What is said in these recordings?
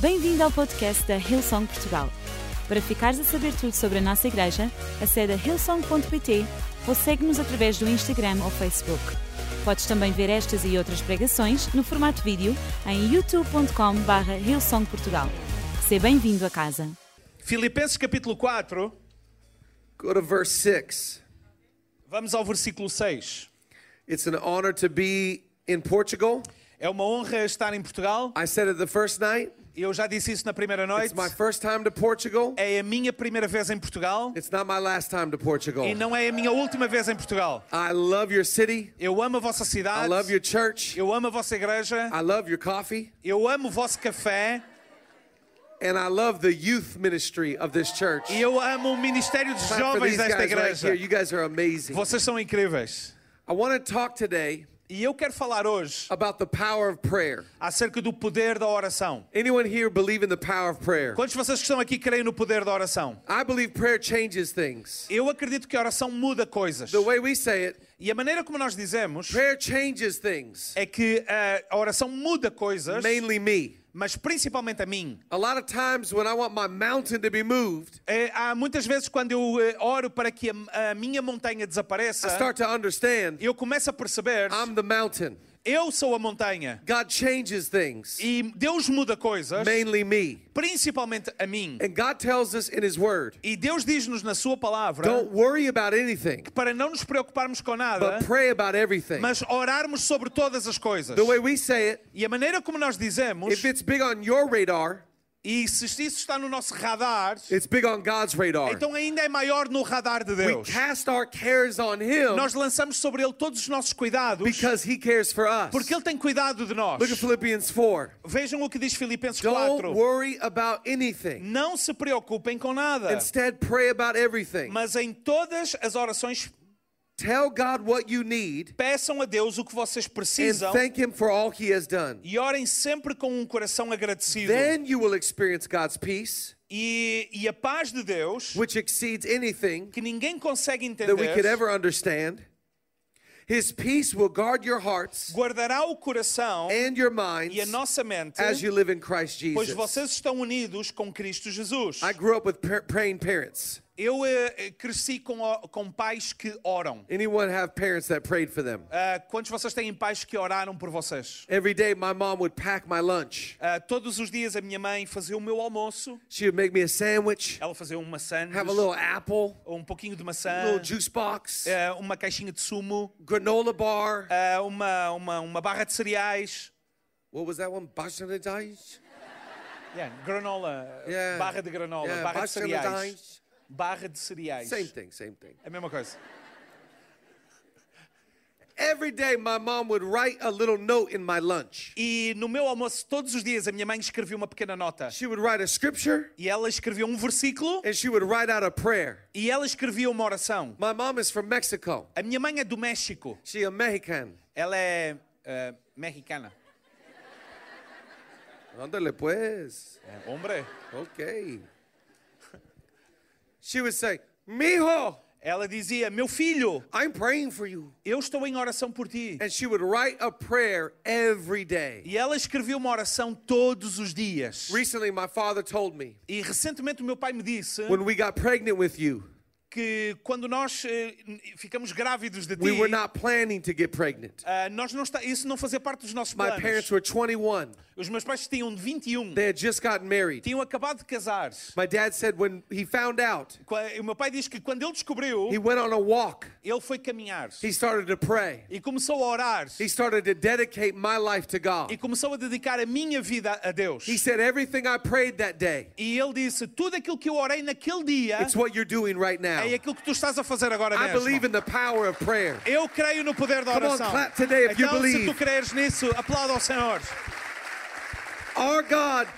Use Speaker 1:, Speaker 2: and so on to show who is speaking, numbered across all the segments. Speaker 1: Bem-vindo ao podcast da Hillsong Portugal. Para ficares a saber tudo sobre a nossa igreja, acede a hillsong.pt ou segue-nos através do Instagram ou Facebook. Podes também ver estas e outras pregações no formato vídeo em youtube.com.br hillsongportugal. Seja bem-vindo a casa.
Speaker 2: Filipenses capítulo 4,
Speaker 3: Go to verse 6.
Speaker 2: vamos ao versículo 6.
Speaker 3: It's an honor to be in Portugal.
Speaker 2: É uma honra estar em Portugal.
Speaker 3: I said it the first night.
Speaker 2: Eu já disse isso na primeira noite.
Speaker 3: It's my first time to Portugal.
Speaker 2: É a minha primeira vez em Portugal
Speaker 3: It's not my last time to
Speaker 2: e
Speaker 3: Portugal.
Speaker 2: não é a minha última vez em Portugal.
Speaker 3: I love your city.
Speaker 2: Eu amo a vossa
Speaker 3: I
Speaker 2: cidade.
Speaker 3: love your church.
Speaker 2: Eu amo a vossa igreja.
Speaker 3: I love your coffee.
Speaker 2: Eu amo o vosso café.
Speaker 3: And I love the youth ministry of this church.
Speaker 2: E eu amo o ministério dos
Speaker 3: Clap for
Speaker 2: jovens
Speaker 3: these
Speaker 2: desta
Speaker 3: guys right
Speaker 2: igreja.
Speaker 3: here. You guys are amazing.
Speaker 2: Vocês são incríveis.
Speaker 3: I want to talk today
Speaker 2: E eu quero falar hoje
Speaker 3: about the power of prayer.
Speaker 2: acerca do poder da oração.
Speaker 3: Anyone here believe in the power of prayer?
Speaker 2: Quantos de vocês que estão aqui creem no poder da oração?
Speaker 3: I believe prayer changes things.
Speaker 2: Eu acredito que a oração muda coisas.
Speaker 3: The way we say it,
Speaker 2: E a maneira como nós dizemos
Speaker 3: prayer changes things.
Speaker 2: é que eh, a oração muda coisas,
Speaker 3: Mainly me.
Speaker 2: mas principalmente a mim.
Speaker 3: A lot of times when I want my mountain to be moved,
Speaker 2: Eh, há muitas vezes quando eu eh, oro para que a, a minha montanha desapareça,
Speaker 3: I start to understand
Speaker 2: eu começo a perceber,
Speaker 3: I'm the mountain.
Speaker 2: eu sou a montanha.
Speaker 3: God changes things,
Speaker 2: E Deus muda coisas,
Speaker 3: mainly me.
Speaker 2: principalmente a mim.
Speaker 3: And God tells us in His Word
Speaker 2: E Deus diz-nos na sua palavra
Speaker 3: don't worry about anything,
Speaker 2: para não nos preocuparmos com nada,
Speaker 3: but pray about everything.
Speaker 2: mas orarmos sobre todas as coisas.
Speaker 3: The way we say it,
Speaker 2: E a maneira como nós dizemos,
Speaker 3: if it's big on your radar,
Speaker 2: e se isso está no nosso radar,
Speaker 3: it's big on God's radar.
Speaker 2: então ainda é maior no radar de
Speaker 3: We
Speaker 2: Deus.
Speaker 3: cast our cares on Him
Speaker 2: Nós lançamos sobre ele todos os nossos cuidados,
Speaker 3: because He cares for us.
Speaker 2: porque ele tem cuidado de nós.
Speaker 3: Look at Philippians 4.
Speaker 2: Vejam o que diz Filipenses 4.
Speaker 3: Don't worry about anything,
Speaker 2: Não se preocupem com nada,
Speaker 3: instead, pray about everything.
Speaker 2: mas em todas as orações
Speaker 3: Tell God what you need
Speaker 2: peçam a Deus o que vocês
Speaker 3: and
Speaker 2: precisam
Speaker 3: thank Him for all He has done.
Speaker 2: e orem sempre com um coração agradecido.
Speaker 3: Then you will experience God's peace,
Speaker 2: E, e a paz de Deus,
Speaker 3: which exceeds anything
Speaker 2: que ninguém consegue
Speaker 3: that we could
Speaker 2: entender,
Speaker 3: ever understand. His peace will guard your hearts
Speaker 2: guardará o coração
Speaker 3: and your minds
Speaker 2: e a nossa mente,
Speaker 3: as you live in Christ
Speaker 2: pois
Speaker 3: Jesus.
Speaker 2: vocês estão unidos com Cristo Jesus.
Speaker 3: I grew up with par- praying parents.
Speaker 2: Eu eh, cresci com, o- com pais que oram.
Speaker 3: Anyone have parents that prayed for them?
Speaker 2: Ah, quantos de vocês têm pais que oraram por vocês?
Speaker 3: Every day, my mom would pack my lunch.
Speaker 2: Ah, todos os dias a minha mãe fazia o meu almoço.
Speaker 3: She would make me a sandwich,
Speaker 2: Ela fazia uma sandes,
Speaker 3: have a little apple,
Speaker 2: um pouquinho de
Speaker 3: a
Speaker 2: maçã,
Speaker 3: little juice box,
Speaker 2: ah, uma caixinha de sumo,
Speaker 3: granola bar.
Speaker 2: ah, uma, uma, uma barra de cereais.
Speaker 3: What was that one? Bashanadaish?
Speaker 2: Yeah, granola,
Speaker 3: Yeah.
Speaker 2: barra de granola,
Speaker 3: Yeah,
Speaker 2: barra de cereais.
Speaker 3: bashanadaish.
Speaker 2: Barra de cereais.
Speaker 3: Same thing, same thing.
Speaker 2: É a mesma coisa.
Speaker 3: Every day, my mom would write a little note in my lunch.
Speaker 2: E no meu almoço, todos os dias, a minha mãe escrevia uma pequena nota.
Speaker 3: She would write a scripture
Speaker 2: E ela escrevia um versículo
Speaker 3: and she would write out a prayer.
Speaker 2: e ela escrevia uma oração.
Speaker 3: My mom is from Mexico.
Speaker 2: A minha mãe é do México.
Speaker 3: She a Mexican.
Speaker 2: Ela é eh, mexicana.
Speaker 3: Ándale pues.
Speaker 2: É, hombre.
Speaker 3: Okay. She would say, Mijo,
Speaker 2: Ela dizia: Meu filho,
Speaker 3: I'm praying for you.
Speaker 2: eu estou em oração por ti.
Speaker 3: And she would write a prayer every day.
Speaker 2: E ela escreveu uma oração todos os dias.
Speaker 3: Recently, my father told me,
Speaker 2: E recentemente o meu pai me disse
Speaker 3: when we got pregnant with you,
Speaker 2: que quando nós eh, ficamos grávidos de ti,
Speaker 3: we were not planning to get pregnant.
Speaker 2: ah, nós não está, isso não fazia parte dos nossos
Speaker 3: My
Speaker 2: planos.
Speaker 3: parents were 21.
Speaker 2: Os meus pais tinham 21,
Speaker 3: They had just gotten married.
Speaker 2: tinham acabado de casar.
Speaker 3: My dad said when he found out,
Speaker 2: Qua- O meu pai diz que quando ele descobriu,
Speaker 3: he went on a walk.
Speaker 2: ele foi caminhar
Speaker 3: He started to pray.
Speaker 2: e começou a orar
Speaker 3: He started to dedicate my life to
Speaker 2: e
Speaker 3: God.
Speaker 2: começou a dedicar a minha vida a Deus.
Speaker 3: He said, Everything I prayed that day,
Speaker 2: E ele disse: Tudo aquilo que eu orei naquele dia
Speaker 3: it's what you're doing right now.
Speaker 2: é aquilo que tu estás a fazer agora
Speaker 3: I believe
Speaker 2: mesmo.
Speaker 3: in the power of prayer.
Speaker 2: Eu creio no poder da
Speaker 3: Come on,
Speaker 2: oração.
Speaker 3: clap today if you
Speaker 2: então, se tu
Speaker 3: believe.
Speaker 2: creres nisso, aplauda ao Senhor.
Speaker 3: Our God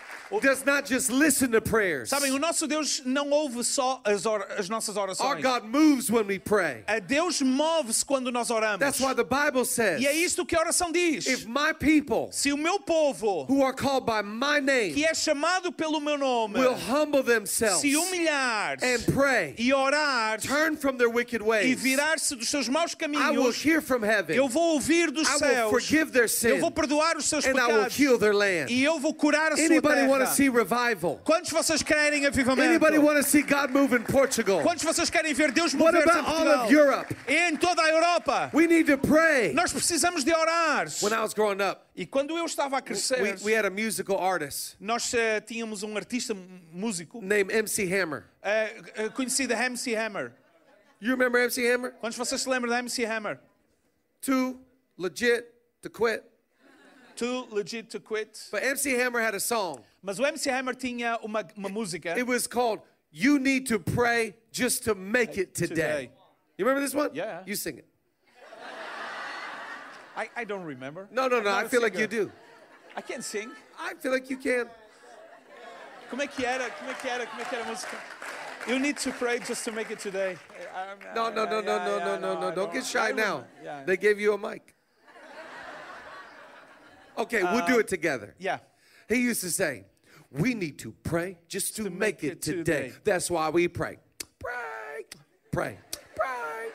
Speaker 3: does not just listen to prayers,
Speaker 2: Sabem, o nosso Deus não ouve só as, or- as nossas
Speaker 3: our
Speaker 2: orações.
Speaker 3: God moves when we pray.
Speaker 2: A Deus move-se quando nós oramos.
Speaker 3: That's why the Bible says,
Speaker 2: E é isto que a oração diz.
Speaker 3: If my people
Speaker 2: Se o meu povo,
Speaker 3: who are called by my name
Speaker 2: que é chamado pelo meu nome,
Speaker 3: will humble themselves
Speaker 2: se humilhar
Speaker 3: and pray,
Speaker 2: e orar
Speaker 3: turn from their wicked
Speaker 2: e
Speaker 3: ways,
Speaker 2: virar-se dos seus maus
Speaker 3: I will
Speaker 2: caminhos,
Speaker 3: hear from heaven.
Speaker 2: eu vou ouvir dos
Speaker 3: I will
Speaker 2: céus,
Speaker 3: forgive their
Speaker 2: eu
Speaker 3: sin.
Speaker 2: vou perdoar os seus
Speaker 3: And I will
Speaker 2: pecados
Speaker 3: heal their land.
Speaker 2: e eu vou curar a sua
Speaker 3: Anybody
Speaker 2: terra.
Speaker 3: want want to see revival?
Speaker 2: Quantos de vocês querem avivamento?
Speaker 3: Anybody want to see God move in Portugal?
Speaker 2: Quantos de vocês querem ver Deus
Speaker 3: What
Speaker 2: mover-se em
Speaker 3: about all
Speaker 2: Portugal?
Speaker 3: of Europe?
Speaker 2: Em toda a Europa.
Speaker 3: We need to pray.
Speaker 2: Nós precisamos de orar.
Speaker 3: When I was growing up,
Speaker 2: E quando eu estava a
Speaker 3: we,
Speaker 2: crescer,
Speaker 3: we had a musical artist
Speaker 2: nós eh, tínhamos um artista um músico
Speaker 3: named MC Hammer.
Speaker 2: eh, eh, conhecido MC Hammer.
Speaker 3: You remember MC Hammer?
Speaker 2: Quantos de vocês se lembram da MC Hammer?
Speaker 3: Too legit to quit.
Speaker 2: Too legit to quit.
Speaker 3: But MC Hammer had a song.
Speaker 2: Mas o MC Hammer tinha uma, uma música.
Speaker 3: It was called You Need to Pray Just to Make It Today.
Speaker 2: Today.
Speaker 3: You remember this one?
Speaker 2: Yeah.
Speaker 3: You sing it.
Speaker 2: I, I don't remember.
Speaker 3: No, no,
Speaker 2: I'm
Speaker 3: no.
Speaker 2: not
Speaker 3: I
Speaker 2: a
Speaker 3: feel like you
Speaker 2: singer.
Speaker 3: do.
Speaker 2: I can't sing.
Speaker 3: I feel like you can.
Speaker 2: Como é que era? Como é que era? Como é que era a música? You need to pray just to make it today. I'm-
Speaker 3: No, no,
Speaker 2: yeah,
Speaker 3: no, no, no,
Speaker 2: yeah,
Speaker 3: no, no,
Speaker 2: I
Speaker 3: no. Don't get
Speaker 2: I
Speaker 3: shy
Speaker 2: remember.
Speaker 3: now.
Speaker 2: Yeah.
Speaker 3: They gave you a mic. Okay, we'll do it together.
Speaker 2: yeah.
Speaker 3: He used to say, We need to pray just to make it today.
Speaker 2: today.
Speaker 3: That's why we pray. Pray, pray, pray.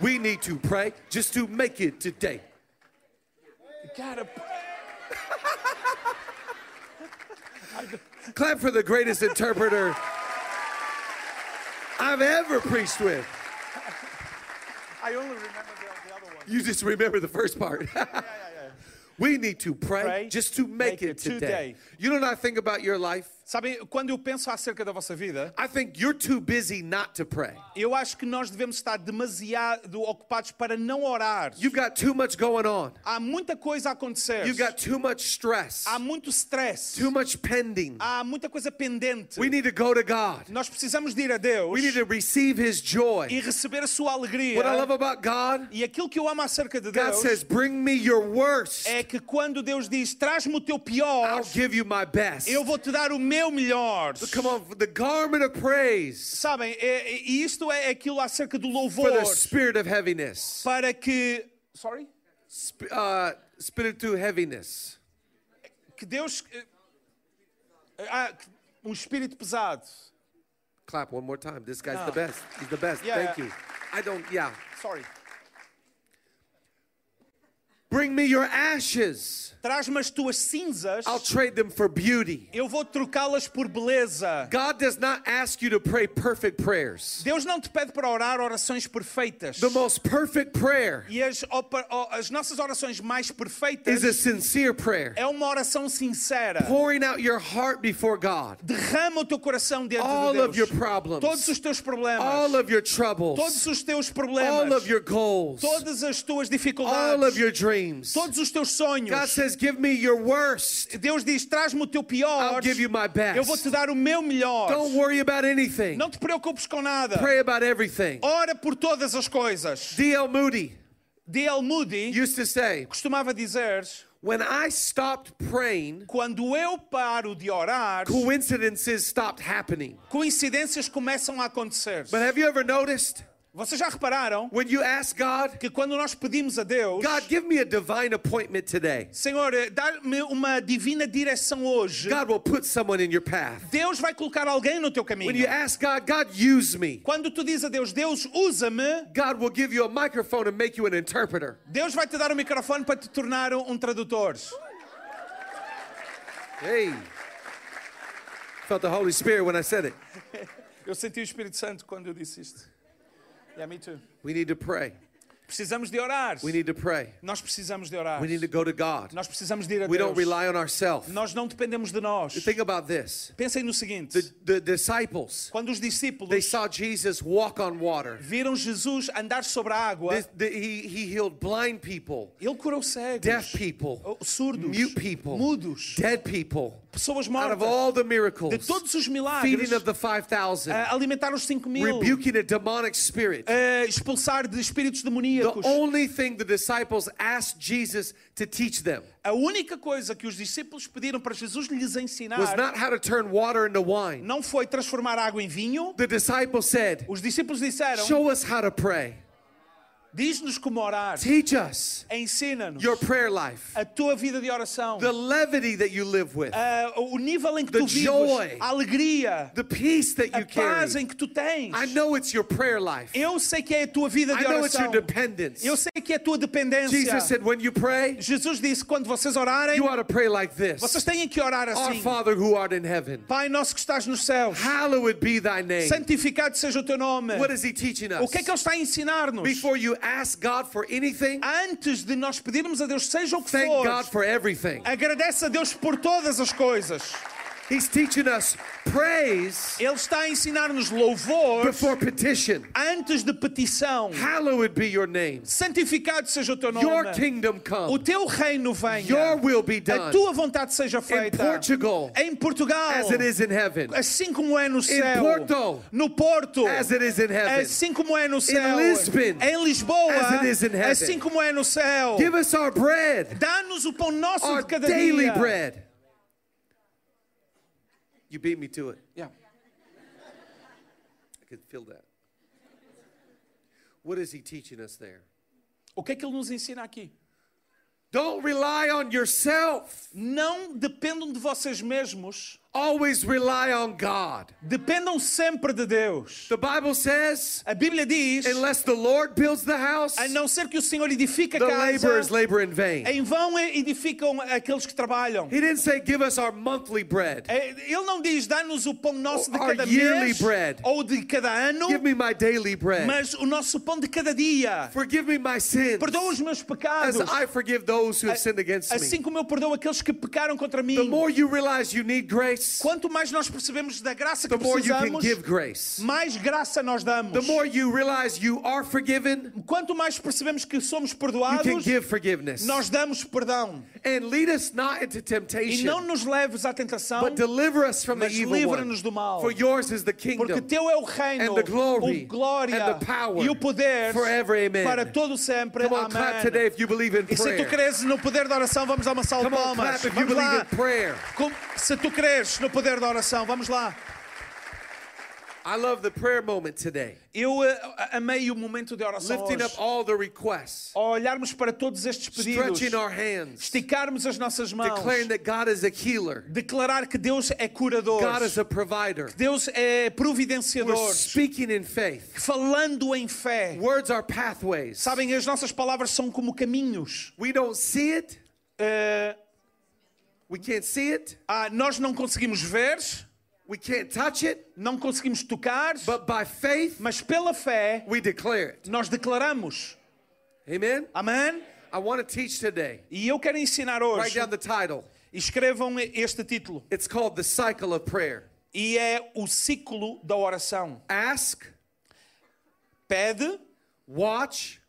Speaker 3: We need to pray just to make it today.
Speaker 2: You gotta pray.
Speaker 3: Clap for the greatest interpreter I've ever preached with.
Speaker 2: I only remember the, the other one.
Speaker 3: You just remember the first part. we need to pray,
Speaker 2: Pray,
Speaker 3: just to make, it, today.
Speaker 2: today.
Speaker 3: You know what I think about your life?
Speaker 2: Sabem, quando eu penso acerca da vossa vida,
Speaker 3: I think you're too busy not to pray.
Speaker 2: eu acho que nós devemos estar demasiado ocupados para não orar.
Speaker 3: You've got too much going on.
Speaker 2: Há muita coisa a acontecer.
Speaker 3: You've got too much stress,
Speaker 2: Há muito stress.
Speaker 3: too much pending.
Speaker 2: Há muita coisa pendente.
Speaker 3: We need to go to God.
Speaker 2: Nós precisamos de ir a Deus
Speaker 3: We need to receive His joy.
Speaker 2: e receber a sua alegria.
Speaker 3: What I love about God,
Speaker 2: E aquilo que eu amo acerca de
Speaker 3: God
Speaker 2: Deus
Speaker 3: says, Bring me your worst.
Speaker 2: é que quando Deus diz: traz-me o teu pior,
Speaker 3: I'll give you my best.
Speaker 2: eu vou te dar o meu melhor.
Speaker 3: Come on, for the garment of praise
Speaker 2: Sabem, é- é- e isto é aquilo acerca do
Speaker 3: for
Speaker 2: louvor
Speaker 3: the spirit of heaviness.
Speaker 2: para que. Sorry?
Speaker 3: Sp- uh, spiritu heaviness.
Speaker 2: Que Deus. eh, ah, que- um espírito pesado.
Speaker 3: Clap one more time. This guy's
Speaker 2: No.
Speaker 3: the best. He's the best.
Speaker 2: Yeah,
Speaker 3: Thank
Speaker 2: yeah.
Speaker 3: you. I don't, yeah.
Speaker 2: Sorry.
Speaker 3: Bring me your ashes.
Speaker 2: Traz-me as tuas cinzas,
Speaker 3: I'll trade them for beauty.
Speaker 2: eu vou trocá-las por beleza.
Speaker 3: God does not ask you to pray perfect prayers.
Speaker 2: Deus não te pede para orar orações perfeitas.
Speaker 3: The most perfect prayer
Speaker 2: E as, opa- o- as nossas orações mais
Speaker 3: is a
Speaker 2: perfeitas
Speaker 3: sincere prayer.
Speaker 2: é uma oração sincera.
Speaker 3: Pouring out your heart before God.
Speaker 2: Derrama o teu coração diante
Speaker 3: All
Speaker 2: de
Speaker 3: of your
Speaker 2: Deus.
Speaker 3: problems.
Speaker 2: Todos os teus problemas.
Speaker 3: All of your
Speaker 2: todos
Speaker 3: troubles.
Speaker 2: os teus
Speaker 3: All
Speaker 2: problemas.
Speaker 3: of your goals.
Speaker 2: todas as tuas dificuldades.
Speaker 3: All of your dreams.
Speaker 2: todos os teus sonhos.
Speaker 3: God says, Give me your worst.
Speaker 2: Deus diz: traz-me o teu pior.
Speaker 3: I'll give you my
Speaker 2: Eu vou
Speaker 3: best.
Speaker 2: te dar o meu melhor.
Speaker 3: Don't worry about anything.
Speaker 2: Não te preocupes com nada.
Speaker 3: Pray about everything.
Speaker 2: Ora por todas as coisas.
Speaker 3: D.L. Moody
Speaker 2: D.L. Moody
Speaker 3: used to say,
Speaker 2: costumava dizer:
Speaker 3: When I stopped praying,
Speaker 2: quando eu paro de orar,
Speaker 3: coincidences stopped happening.
Speaker 2: coincidências começam a acontecer.
Speaker 3: But have you ever noticed
Speaker 2: Vocês já repararam
Speaker 3: when you ask God,
Speaker 2: que quando nós pedimos a Deus,
Speaker 3: God, give me a divine appointment today?
Speaker 2: Senhor, eh, dá-me uma divina direção hoje.
Speaker 3: God will put someone in your path.
Speaker 2: Deus vai colocar alguém no teu caminho.
Speaker 3: When you ask God, God, use me.
Speaker 2: Quando tu dizes a Deus, Deus usa-me,
Speaker 3: God will give you a microphone and make you an interpreter.
Speaker 2: Deus vai te dar um microfone para te tornar um um tradutor.
Speaker 3: Hey. Felt the Holy Spirit when I said it.
Speaker 2: Eu senti o Espírito Santo quando eu disse isto. Yeah, me too.
Speaker 3: We need to pray.
Speaker 2: Precisamos de orar.
Speaker 3: We need to pray.
Speaker 2: Nós precisamos de orar.
Speaker 3: We need to go to God.
Speaker 2: Nós precisamos de ir a
Speaker 3: We
Speaker 2: Deus.
Speaker 3: don't rely on ourselves.
Speaker 2: Nós não dependemos de nós.
Speaker 3: Think about this.
Speaker 2: Pensem no seguinte:
Speaker 3: The, the disciples,
Speaker 2: quando os
Speaker 3: they
Speaker 2: discípulos
Speaker 3: saw Jesus walk on water.
Speaker 2: viram Jesus andar sobre a água,
Speaker 3: This- the- he, he healed blind people,
Speaker 2: ele curou cegos,
Speaker 3: deaf people,
Speaker 2: oh, surdos,
Speaker 3: mute people,
Speaker 2: mudos,
Speaker 3: dead people.
Speaker 2: pessoas
Speaker 3: Out of
Speaker 2: mortas.
Speaker 3: all the
Speaker 2: de
Speaker 3: miracles,
Speaker 2: todos os milagres,
Speaker 3: feeding of the 5,000,
Speaker 2: a alimentar os 5 mil,
Speaker 3: rebuking a demonic spirit.
Speaker 2: a expulsar de espíritos
Speaker 3: The
Speaker 2: demoníacos.
Speaker 3: only thing the disciples asked Jesus to teach them
Speaker 2: A única coisa que os discípulos pediram para Jesus lhes
Speaker 3: was
Speaker 2: ensinar
Speaker 3: not how to turn water into wine.
Speaker 2: não foi transformar água em vinho.
Speaker 3: The disciples said,
Speaker 2: Os discípulos disseram:
Speaker 3: Show us how to pray.
Speaker 2: Diz-nos como orar.
Speaker 3: Teach us
Speaker 2: Ensina-nos
Speaker 3: your prayer life,
Speaker 2: a tua vida de oração.
Speaker 3: the levity that you live with,
Speaker 2: Ah, o nível em que
Speaker 3: The
Speaker 2: tu vives,
Speaker 3: joy.
Speaker 2: a alegria,
Speaker 3: the peace that
Speaker 2: a
Speaker 3: you
Speaker 2: paz em
Speaker 3: carry.
Speaker 2: que tu tens.
Speaker 3: I know it's your prayer life.
Speaker 2: Eu sei que é a tua vida
Speaker 3: I
Speaker 2: de
Speaker 3: know it's your
Speaker 2: oração.
Speaker 3: dependence.
Speaker 2: Eu sei que é a tua dependência.
Speaker 3: Jesus said, when you pray,
Speaker 2: Jesus disse, quando vocês orarem,
Speaker 3: you ought to pray like
Speaker 2: vocês
Speaker 3: this
Speaker 2: têm que orar
Speaker 3: Our
Speaker 2: assim.
Speaker 3: Father who art in heaven,
Speaker 2: Pai nosso que estás nos céus,
Speaker 3: hallowed be thy name.
Speaker 2: santificado seja o teu nome.
Speaker 3: What is he teaching
Speaker 2: O
Speaker 3: us?
Speaker 2: que é que Ele está a ensinar-nos?
Speaker 3: Before you ask God for anything,
Speaker 2: Antes de nós pedirmos a Deus, seja o que
Speaker 3: thank
Speaker 2: for,
Speaker 3: God for everything.
Speaker 2: agradece a Deus por todas as coisas.
Speaker 3: He's teaching us praise
Speaker 2: Ele está a ensinar-nos louvor
Speaker 3: before petition.
Speaker 2: antes de petição.
Speaker 3: Hallowed be your name.
Speaker 2: Santificado seja o teu nome.
Speaker 3: Your kingdom
Speaker 2: O
Speaker 3: come.
Speaker 2: teu reino venha.
Speaker 3: Your will be
Speaker 2: A
Speaker 3: done
Speaker 2: tua vontade seja
Speaker 3: in
Speaker 2: feita.
Speaker 3: Portugal
Speaker 2: Em Portugal.
Speaker 3: as it is in heaven,
Speaker 2: Assim como é no céu.
Speaker 3: Porto.
Speaker 2: no Porto.
Speaker 3: as it is in heaven.
Speaker 2: Assim como é no céu.
Speaker 3: Lisbon.
Speaker 2: Em Lisboa.
Speaker 3: As it is in heaven.
Speaker 2: Assim como é no céu.
Speaker 3: Give us our bread,
Speaker 2: Dá-nos o pão nosso
Speaker 3: our
Speaker 2: de cada
Speaker 3: daily
Speaker 2: dia.
Speaker 3: bread. You beat me to it.
Speaker 2: Yeah.
Speaker 3: I could feel that. What is he teaching us there?
Speaker 2: O que é que ele nos ensina aqui?
Speaker 3: Don't rely on yourself.
Speaker 2: Não dependam de vocês mesmos,
Speaker 3: Always rely on God.
Speaker 2: dependam sempre de Deus.
Speaker 3: The Bible says,
Speaker 2: A Bíblia diz:
Speaker 3: unless the Lord builds the house,
Speaker 2: a
Speaker 3: the
Speaker 2: não ser que o Senhor edifique a casa,
Speaker 3: laborers labor in vain.
Speaker 2: em vão é edificam aqueles que trabalham.
Speaker 3: He didn't say, give us our monthly bread.
Speaker 2: É, Ele não diz: dá-nos o pão nosso de
Speaker 3: Our
Speaker 2: cada
Speaker 3: yearly
Speaker 2: mês
Speaker 3: bread.
Speaker 2: ou de cada ano,
Speaker 3: Give me my daily bread.
Speaker 2: mas o nosso pão de cada dia.
Speaker 3: Forgive me my sins
Speaker 2: Perdoa os meus pecados,
Speaker 3: as I forgive those who have sinned against
Speaker 2: assim
Speaker 3: me.
Speaker 2: como eu perdoo aqueles que pecaram contra
Speaker 3: The
Speaker 2: mim.
Speaker 3: more you realize you need grace,
Speaker 2: Quanto mais nós percebemos da graça que
Speaker 3: the more you can
Speaker 2: precisamos,
Speaker 3: give grace.
Speaker 2: mais graça nós damos.
Speaker 3: The more you realize you are forgiven,
Speaker 2: Quanto mais percebemos que somos
Speaker 3: you can
Speaker 2: perdoados,
Speaker 3: give forgiveness.
Speaker 2: nós damos perdão.
Speaker 3: And lead us not into
Speaker 2: E não
Speaker 3: temptation,
Speaker 2: nos leves à tentação,
Speaker 3: but deliver us from the
Speaker 2: mas
Speaker 3: evil
Speaker 2: livra-nos do
Speaker 3: one.
Speaker 2: mal.
Speaker 3: For yours is the
Speaker 2: um. porque
Speaker 3: kingdom,
Speaker 2: teu é o reino,
Speaker 3: and the glory,
Speaker 2: o glória
Speaker 3: and the power
Speaker 2: e o poder
Speaker 3: forever, amen.
Speaker 2: para todo sempre.
Speaker 3: Come on, clap
Speaker 2: Amém.
Speaker 3: today if you believe in
Speaker 2: E se tu
Speaker 3: prayer.
Speaker 2: creres no poder da oração, vamos dar uma salva
Speaker 3: Come
Speaker 2: de
Speaker 3: on,
Speaker 2: palmas.
Speaker 3: clap if you
Speaker 2: Vamos
Speaker 3: believe
Speaker 2: lá.
Speaker 3: in prayer.
Speaker 2: Com- Se tu creres no poder da oração, vamos lá.
Speaker 3: I love the prayer moment today.
Speaker 2: Eu eh, a- amei o momento de oração
Speaker 3: Lifting up
Speaker 2: hoje.
Speaker 3: all the requests,
Speaker 2: Ao olharmos para todos estes pedidos,
Speaker 3: stretching our hands,
Speaker 2: esticarmos as nossas mãos,
Speaker 3: declaring that God is a healer,
Speaker 2: declarar que Deus é curador,
Speaker 3: God is a provider.
Speaker 2: Deus é
Speaker 3: We're
Speaker 2: providenciador,
Speaker 3: speaking in faith.
Speaker 2: falando em fé.
Speaker 3: Words are pathways.
Speaker 2: Sabem, as nossas palavras são como caminhos.
Speaker 3: We don't see it,
Speaker 2: Eh,
Speaker 3: we can't see it,
Speaker 2: ah, nós não conseguimos ver,
Speaker 3: we can't touch it,
Speaker 2: não conseguimos tocar,
Speaker 3: but by faith,
Speaker 2: mas pela fé
Speaker 3: we declare it.
Speaker 2: nós declaramos.
Speaker 3: Amen?
Speaker 2: Amém?
Speaker 3: I want to teach today.
Speaker 2: E eu quero ensinar
Speaker 3: Write
Speaker 2: hoje.
Speaker 3: down the title.
Speaker 2: Escrevam este título.
Speaker 3: It's called The Cycle of Prayer.
Speaker 2: E é o ciclo da oração.
Speaker 3: Ask,
Speaker 2: Pede,
Speaker 3: watch,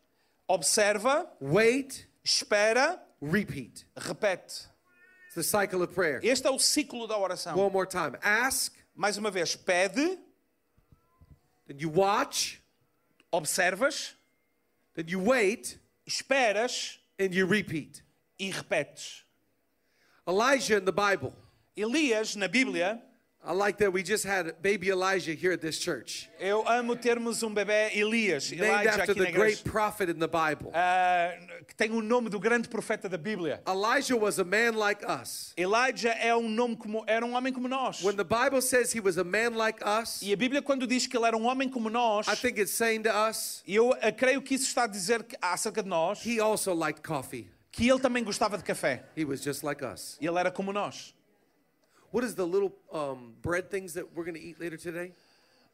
Speaker 2: observa,
Speaker 3: wait,
Speaker 2: espera,
Speaker 3: repeat.
Speaker 2: repete.
Speaker 3: It's the cycle of prayer.
Speaker 2: Este é o ciclo da oração.
Speaker 3: One more time. Ask,
Speaker 2: Mais uma vez, pede,
Speaker 3: then you watch,
Speaker 2: observas,
Speaker 3: then you wait,
Speaker 2: esperas
Speaker 3: and you repeat.
Speaker 2: e repetes.
Speaker 3: Elijah in the Bible.
Speaker 2: Elias, na Bíblia,
Speaker 3: I like that we just had baby Elijah here at this church.
Speaker 2: Eu amo termos um bebê Elias,
Speaker 3: Named
Speaker 2: Elijah
Speaker 3: after
Speaker 2: aqui na
Speaker 3: the great
Speaker 2: igreja,
Speaker 3: prophet in the Bible.
Speaker 2: ah, que tem o nome do grande profeta da Bíblia.
Speaker 3: Elijah was a man like us.
Speaker 2: Elijah é um nome como era um homem como nós.
Speaker 3: When the Bible says he was a man like us,
Speaker 2: E a Bíblia quando diz que ele era um homem como nós,
Speaker 3: I think it's saying to us,
Speaker 2: eu ah, creio que isso está a dizer que, acerca de nós
Speaker 3: he also liked coffee.
Speaker 2: que ele também gostava de café.
Speaker 3: He was just like us.
Speaker 2: Ele era como nós.
Speaker 3: What is the little um, bread things that we're going to eat later today?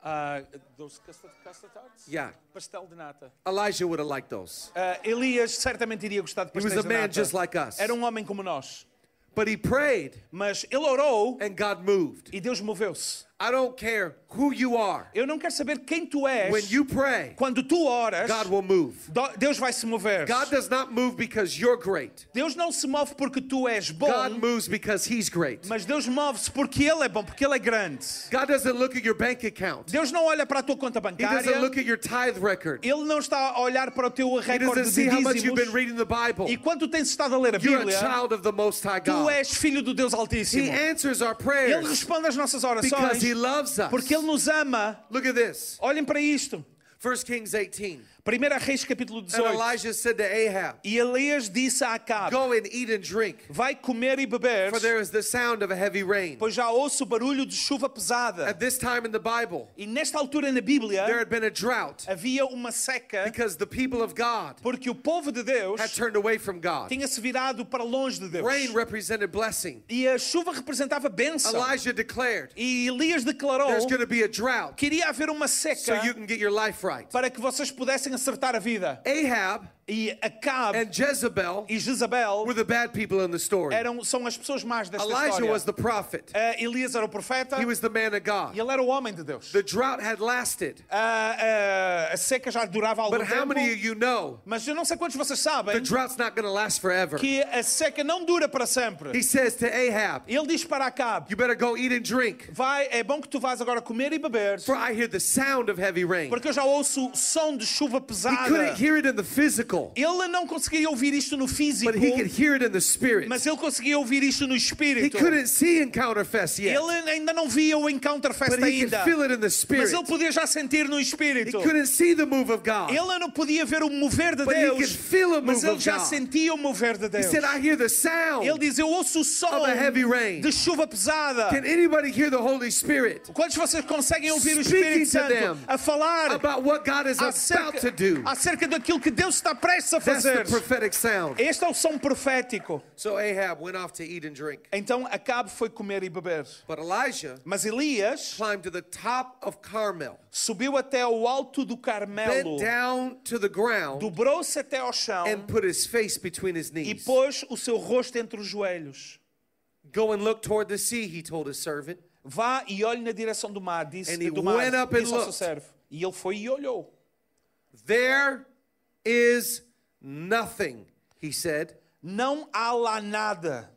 Speaker 2: Ah, those custard, custard tarts?
Speaker 3: Yeah.
Speaker 2: Pastel de nata.
Speaker 3: Elijah would have liked those.
Speaker 2: Ah, Elias certamente iria gostar de
Speaker 3: He was
Speaker 2: pastéis
Speaker 3: a
Speaker 2: de
Speaker 3: man
Speaker 2: nata.
Speaker 3: just like us.
Speaker 2: Era um homem como nós.
Speaker 3: But he prayed
Speaker 2: Mas ele orou
Speaker 3: and God moved.
Speaker 2: e Deus moveu-se.
Speaker 3: I don't care who you are.
Speaker 2: Eu não quero saber quem tu és.
Speaker 3: When you pray,
Speaker 2: Quando tu oras,
Speaker 3: God will move.
Speaker 2: do- Deus vai se mover.
Speaker 3: God does not move because you're great.
Speaker 2: Deus não se move porque tu és bom,
Speaker 3: God moves because he's great.
Speaker 2: mas Deus move-se porque Ele é bom, porque Ele é grande.
Speaker 3: God doesn't look at your bank account.
Speaker 2: Deus não olha para a tua conta
Speaker 3: He
Speaker 2: bancária.
Speaker 3: doesn't look at your tithe record.
Speaker 2: Ele não está a olhar para o teu
Speaker 3: He
Speaker 2: recorde
Speaker 3: doesn't
Speaker 2: de
Speaker 3: see how much you've been
Speaker 2: dízimos.
Speaker 3: reading the Bible.
Speaker 2: E quando tens estado a ler a
Speaker 3: You're a
Speaker 2: Bíblia,
Speaker 3: child of the Most High
Speaker 2: tu
Speaker 3: God.
Speaker 2: és filho do Deus
Speaker 3: He
Speaker 2: Altíssimo.
Speaker 3: answers our
Speaker 2: Ele
Speaker 3: prayers
Speaker 2: responde às nossas orações
Speaker 3: because He loves us.
Speaker 2: porque Ele nos ama.
Speaker 3: Look at this.
Speaker 2: Olhem para isto.
Speaker 3: 1 Kings 18.
Speaker 2: 1 Reis capítulo
Speaker 3: And
Speaker 2: 18.
Speaker 3: Elijah said to Ahab,
Speaker 2: E Elias disse a Acabe:
Speaker 3: Go and eat and drink,
Speaker 2: Vai comer e beber,
Speaker 3: for there is the sound of a heavy rain.
Speaker 2: pois já ouço o barulho de chuva pesada.
Speaker 3: At this time in the Bible,
Speaker 2: E nesta altura na
Speaker 3: there
Speaker 2: Bíblia
Speaker 3: had been a drought
Speaker 2: havia uma seca
Speaker 3: because the people of God
Speaker 2: porque o povo de Deus
Speaker 3: had turned away from God.
Speaker 2: tinha se virado para longe de Deus.
Speaker 3: Rain represented blessing.
Speaker 2: E a chuva representava bênção.
Speaker 3: Elijah declared,
Speaker 2: E Elias declarou
Speaker 3: There's going to be a drought
Speaker 2: que iria haver uma
Speaker 3: so
Speaker 2: seca
Speaker 3: you can get your life right.
Speaker 2: para que vocês pudessem acertar a vida.
Speaker 3: Ahab
Speaker 2: E Acabe
Speaker 3: and Jezebel
Speaker 2: e Jezabel
Speaker 3: were the bad people in the story.
Speaker 2: eram, são as pessoas más desta
Speaker 3: Elijah
Speaker 2: história.
Speaker 3: was the prophet,
Speaker 2: Eh, Elias era o profeta
Speaker 3: he was the man of
Speaker 2: e
Speaker 3: God.
Speaker 2: ele era o homem de Deus.
Speaker 3: The drought had lasted,
Speaker 2: Ah, ah, a seca já durava algum
Speaker 3: but how
Speaker 2: tempo.
Speaker 3: many of you know
Speaker 2: Mas eu não sei quantos vocês
Speaker 3: the
Speaker 2: sabem
Speaker 3: drought's not going to last forever?
Speaker 2: que a seca não dura para sempre.
Speaker 3: He says to Ahab,
Speaker 2: Ele diz para Acabe:
Speaker 3: You better go eat and drink,
Speaker 2: Vai, é bom que tu vás agora comer e beber,
Speaker 3: for I hear the sound of heavy rain.
Speaker 2: porque eu já ouço o som de chuva
Speaker 3: He
Speaker 2: pesada.
Speaker 3: couldn't hear it in the physical,
Speaker 2: Ele não conseguia ouvir isto no físico,
Speaker 3: but he could hear it in the spirit.
Speaker 2: mas ele conseguia ouvir isto no
Speaker 3: He
Speaker 2: espírito.
Speaker 3: couldn't see Encounter Fest yet,
Speaker 2: Ele ainda não via o Encounter Fest
Speaker 3: but he could
Speaker 2: ainda,
Speaker 3: feel it in the
Speaker 2: mas
Speaker 3: spirit.
Speaker 2: ele podia já sentir no
Speaker 3: He
Speaker 2: espírito.
Speaker 3: couldn't see the move of God.
Speaker 2: Ele não podia ver o mover de
Speaker 3: But he could
Speaker 2: Deus,
Speaker 3: feel a
Speaker 2: mas
Speaker 3: move
Speaker 2: ele
Speaker 3: of
Speaker 2: já
Speaker 3: God.
Speaker 2: sentia o mover de
Speaker 3: He
Speaker 2: Deus.
Speaker 3: said, I hear the sound.
Speaker 2: Ele diz: Eu ouço o som
Speaker 3: Of a heavy rain.
Speaker 2: de chuva pesada.
Speaker 3: Can anybody hear the Holy Spirit
Speaker 2: Quantos de vocês conseguem ouvir o
Speaker 3: Speaking
Speaker 2: Espírito
Speaker 3: to
Speaker 2: Santo
Speaker 3: them
Speaker 2: a falar
Speaker 3: about what God is about to
Speaker 2: acerca,
Speaker 3: do?
Speaker 2: acerca daquilo que Deus está prestes a
Speaker 3: That's
Speaker 2: fazer?
Speaker 3: the prophetic sound.
Speaker 2: Este é o som profético.
Speaker 3: So Ahab went off to eat and drink.
Speaker 2: Então Acabe foi comer e beber.
Speaker 3: But Elijah
Speaker 2: Mas Elias
Speaker 3: climbed to the top of Carmel,
Speaker 2: subiu até ao alto do Carmelo,
Speaker 3: bent down to the ground,
Speaker 2: dobrou-se até ao chão
Speaker 3: and put his face between his
Speaker 2: e
Speaker 3: knees.
Speaker 2: pôs o seu rosto entre os joelhos.
Speaker 3: Go and look toward the sea, he told his servant.
Speaker 2: Vá e olhe na direção do mar, disse,
Speaker 3: And he
Speaker 2: do mar,
Speaker 3: went up and
Speaker 2: disse ao seu
Speaker 3: looked.
Speaker 2: servo. E ele foi e olhou.
Speaker 3: There is nothing, he said.
Speaker 2: Não há lá nada.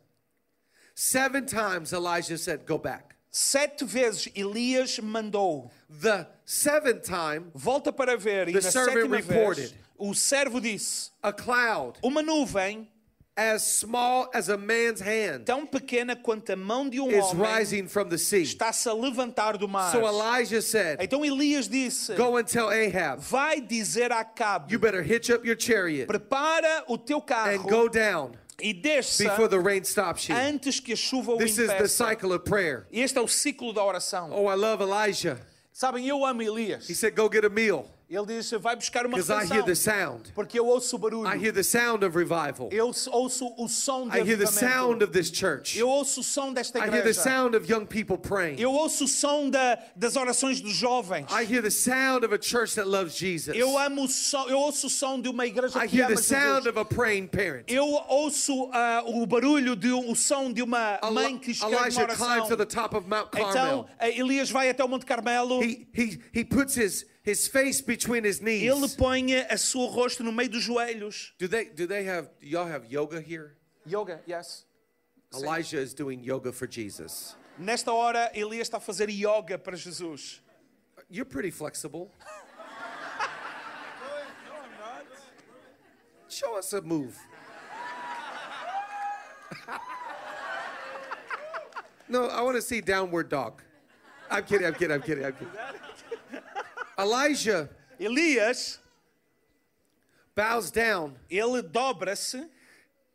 Speaker 3: Seven times Elijah said, Go back.
Speaker 2: Sete vezes Elias mandou.
Speaker 3: The seventh time,
Speaker 2: Volta para ver. E
Speaker 3: The
Speaker 2: na
Speaker 3: servant
Speaker 2: sétima vez,
Speaker 3: reported.
Speaker 2: o servo disse,
Speaker 3: a cloud
Speaker 2: uma nuvem
Speaker 3: as small as a man's hand
Speaker 2: tão pequena quanto a mão de um
Speaker 3: is
Speaker 2: homem
Speaker 3: rising from the sea.
Speaker 2: está-se a levantar do mar.
Speaker 3: So Elijah said,
Speaker 2: Então Elias disse,
Speaker 3: Go and tell Ahab,
Speaker 2: vai dizer a Acabe,
Speaker 3: you better hitch up your chariot
Speaker 2: prepara o teu
Speaker 3: and
Speaker 2: carro
Speaker 3: go down
Speaker 2: e desça
Speaker 3: before the rain stops you.
Speaker 2: antes que a chuva o
Speaker 3: This is the
Speaker 2: impeça.
Speaker 3: cycle of prayer.
Speaker 2: Este é o ciclo da oração.
Speaker 3: Oh, I love Elijah.
Speaker 2: Sabem, eu amo Elias.
Speaker 3: He said, Go get a meal
Speaker 2: Ele diz, assim, vai buscar uma
Speaker 3: because I hear
Speaker 2: refeição,
Speaker 3: the sound.
Speaker 2: porque eu ouço o
Speaker 3: I
Speaker 2: barulho.
Speaker 3: hear the sound of revival.
Speaker 2: Eu ouço o som de
Speaker 3: I hear the
Speaker 2: avivamento.
Speaker 3: sound of this church.
Speaker 2: Eu ouço o som desta
Speaker 3: I hear the
Speaker 2: igreja.
Speaker 3: sound of young people praying.
Speaker 2: Eu ouço o som da- das orações dos jovens.
Speaker 3: I hear the sound of a church that loves Jesus.
Speaker 2: Eu amo o som, eu ouço o som de uma igreja
Speaker 3: I
Speaker 2: que
Speaker 3: hear
Speaker 2: ama
Speaker 3: the sound
Speaker 2: Jesus.
Speaker 3: of a praying parent.
Speaker 2: Eu ouço ah, o barulho de um- o som de uma mãe
Speaker 3: Eli-
Speaker 2: que escreve uma
Speaker 3: Elijah climbed
Speaker 2: oração.
Speaker 3: to the top of Mount
Speaker 2: Então,
Speaker 3: Carmel.
Speaker 2: eh, Elias vai até o Monte Carmelo.
Speaker 3: He, he, he puts his, his face between his
Speaker 2: Ele
Speaker 3: knees.
Speaker 2: põe a seu rosto no meio dos joelhos.
Speaker 3: Do they do they have do y'all have yoga here?
Speaker 2: Yoga, yes.
Speaker 3: Elijah is doing yoga for Jesus.
Speaker 2: Nesta hora, Elias está a fazer yoga para Jesus.
Speaker 3: You're pretty flexible. Show us a move. no, I want to see downward dog. I'm kidding, I'm kidding, I'm kidding, I'm kidding. Elijah
Speaker 2: Elias,
Speaker 3: bows down
Speaker 2: ele dobra-se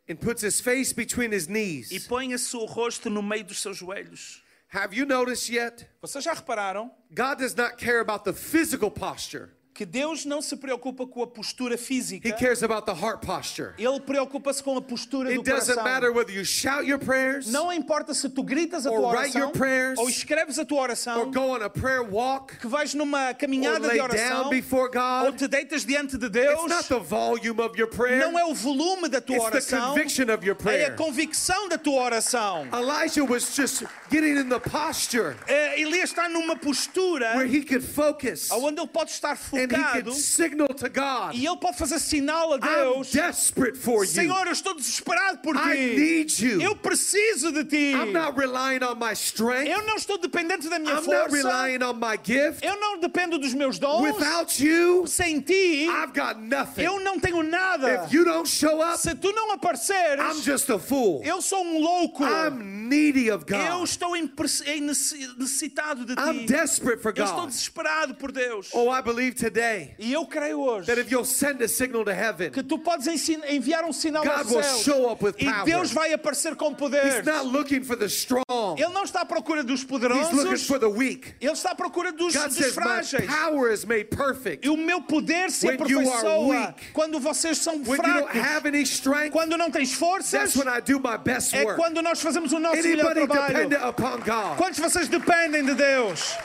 Speaker 3: and puts his face between his
Speaker 2: e
Speaker 3: knees.
Speaker 2: põe a seu rosto no meio dos seus joelhos.
Speaker 3: Have you noticed yet?
Speaker 2: Vocês já repararam
Speaker 3: God does not care about the physical posture.
Speaker 2: que Deus não se preocupa com a postura
Speaker 3: He
Speaker 2: física.
Speaker 3: cares about the heart posture.
Speaker 2: Ele preocupa-se com a postura do
Speaker 3: It doesn't
Speaker 2: coração.
Speaker 3: matter whether you shout your prayers
Speaker 2: Não importa se tu gritas a
Speaker 3: Or
Speaker 2: tua
Speaker 3: write
Speaker 2: oração
Speaker 3: your prayers,
Speaker 2: ou escreves a tua
Speaker 3: or
Speaker 2: oração,
Speaker 3: go on a prayer walk
Speaker 2: que vais numa
Speaker 3: or
Speaker 2: caminhada
Speaker 3: lay
Speaker 2: de
Speaker 3: down
Speaker 2: oração
Speaker 3: before
Speaker 2: ou
Speaker 3: God.
Speaker 2: te deitas diante de
Speaker 3: It's
Speaker 2: Deus.
Speaker 3: not the volume of your prayer.
Speaker 2: Não é o volume da tua
Speaker 3: It's the
Speaker 2: oração,
Speaker 3: conviction of your
Speaker 2: é
Speaker 3: prayer.
Speaker 2: a convicção da tua oração.
Speaker 3: Elijah was just getting in the posture
Speaker 2: É, Elias está numa postura
Speaker 3: where he could focus
Speaker 2: onde ele pode estar
Speaker 3: and he could
Speaker 2: focado
Speaker 3: signal to God,
Speaker 2: e ele pode fazer sinal a
Speaker 3: I'm
Speaker 2: Deus:
Speaker 3: desperate for you.
Speaker 2: Senhor, eu estou desesperado por
Speaker 3: I
Speaker 2: ti.
Speaker 3: need you.
Speaker 2: Eu preciso de ti.
Speaker 3: I'm not relying on my strength.
Speaker 2: Eu não estou dependente da minha
Speaker 3: I'm not
Speaker 2: força.
Speaker 3: relying on my gift.
Speaker 2: Eu não dependo dos meus dons.
Speaker 3: Without you,
Speaker 2: Sem ti,
Speaker 3: I've got
Speaker 2: eu
Speaker 3: nothing.
Speaker 2: não tenho nada.
Speaker 3: If you don't show up,
Speaker 2: Se tu não apareceres,
Speaker 3: I'm just a fool.
Speaker 2: eu sou um louco.
Speaker 3: I'm needy of
Speaker 2: Eu
Speaker 3: God.
Speaker 2: estou em, prece- em necessi- necessitado de ti.
Speaker 3: I'm desperate for
Speaker 2: Eu estou
Speaker 3: God.
Speaker 2: desesperado por Deus.
Speaker 3: Oh, I believe today
Speaker 2: E eu creio hoje
Speaker 3: that if you'll send a signal to heaven,
Speaker 2: que tu podes ensin- enviar um sinal
Speaker 3: God
Speaker 2: ao
Speaker 3: will show
Speaker 2: céu
Speaker 3: up with
Speaker 2: e
Speaker 3: power.
Speaker 2: Deus vai aparecer com
Speaker 3: He's
Speaker 2: poder.
Speaker 3: not looking for the strong,
Speaker 2: Ele não está à procura dos
Speaker 3: He's looking
Speaker 2: poderosos,
Speaker 3: for the weak.
Speaker 2: ele está à procura dos,
Speaker 3: God
Speaker 2: dos
Speaker 3: says, My
Speaker 2: frágeis.
Speaker 3: power is made perfect
Speaker 2: E o meu poder se
Speaker 3: When you are
Speaker 2: aperfeiçoa
Speaker 3: weak,
Speaker 2: quando vocês são
Speaker 3: when you don't
Speaker 2: fracos,
Speaker 3: have any strength.
Speaker 2: quando não tens forças,
Speaker 3: That's when I do my best
Speaker 2: é
Speaker 3: work.
Speaker 2: quando nós fazemos o nosso melhor
Speaker 3: Anybody dependent
Speaker 2: trabalho.
Speaker 3: upon God.
Speaker 2: Quantos de vocês dependem de Deus?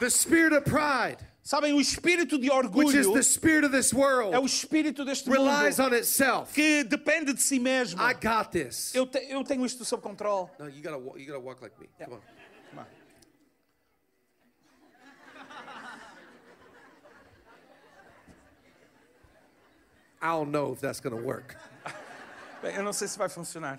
Speaker 3: The spirit of pride,
Speaker 2: Sabem, o espírito de
Speaker 3: which is
Speaker 2: orgulho
Speaker 3: the spirit of this
Speaker 2: é o
Speaker 3: world,
Speaker 2: espírito deste
Speaker 3: relies
Speaker 2: mundo
Speaker 3: on itself.
Speaker 2: que depende de si mesmo.
Speaker 3: I got this.
Speaker 2: Eu, te- eu tenho isto sob controle.
Speaker 3: No, you gotta wa- you gotta walk like me. Come on.
Speaker 2: Come on.
Speaker 3: I don't know if that's gonna work.
Speaker 2: Bem, eu não sei se vai funcionar.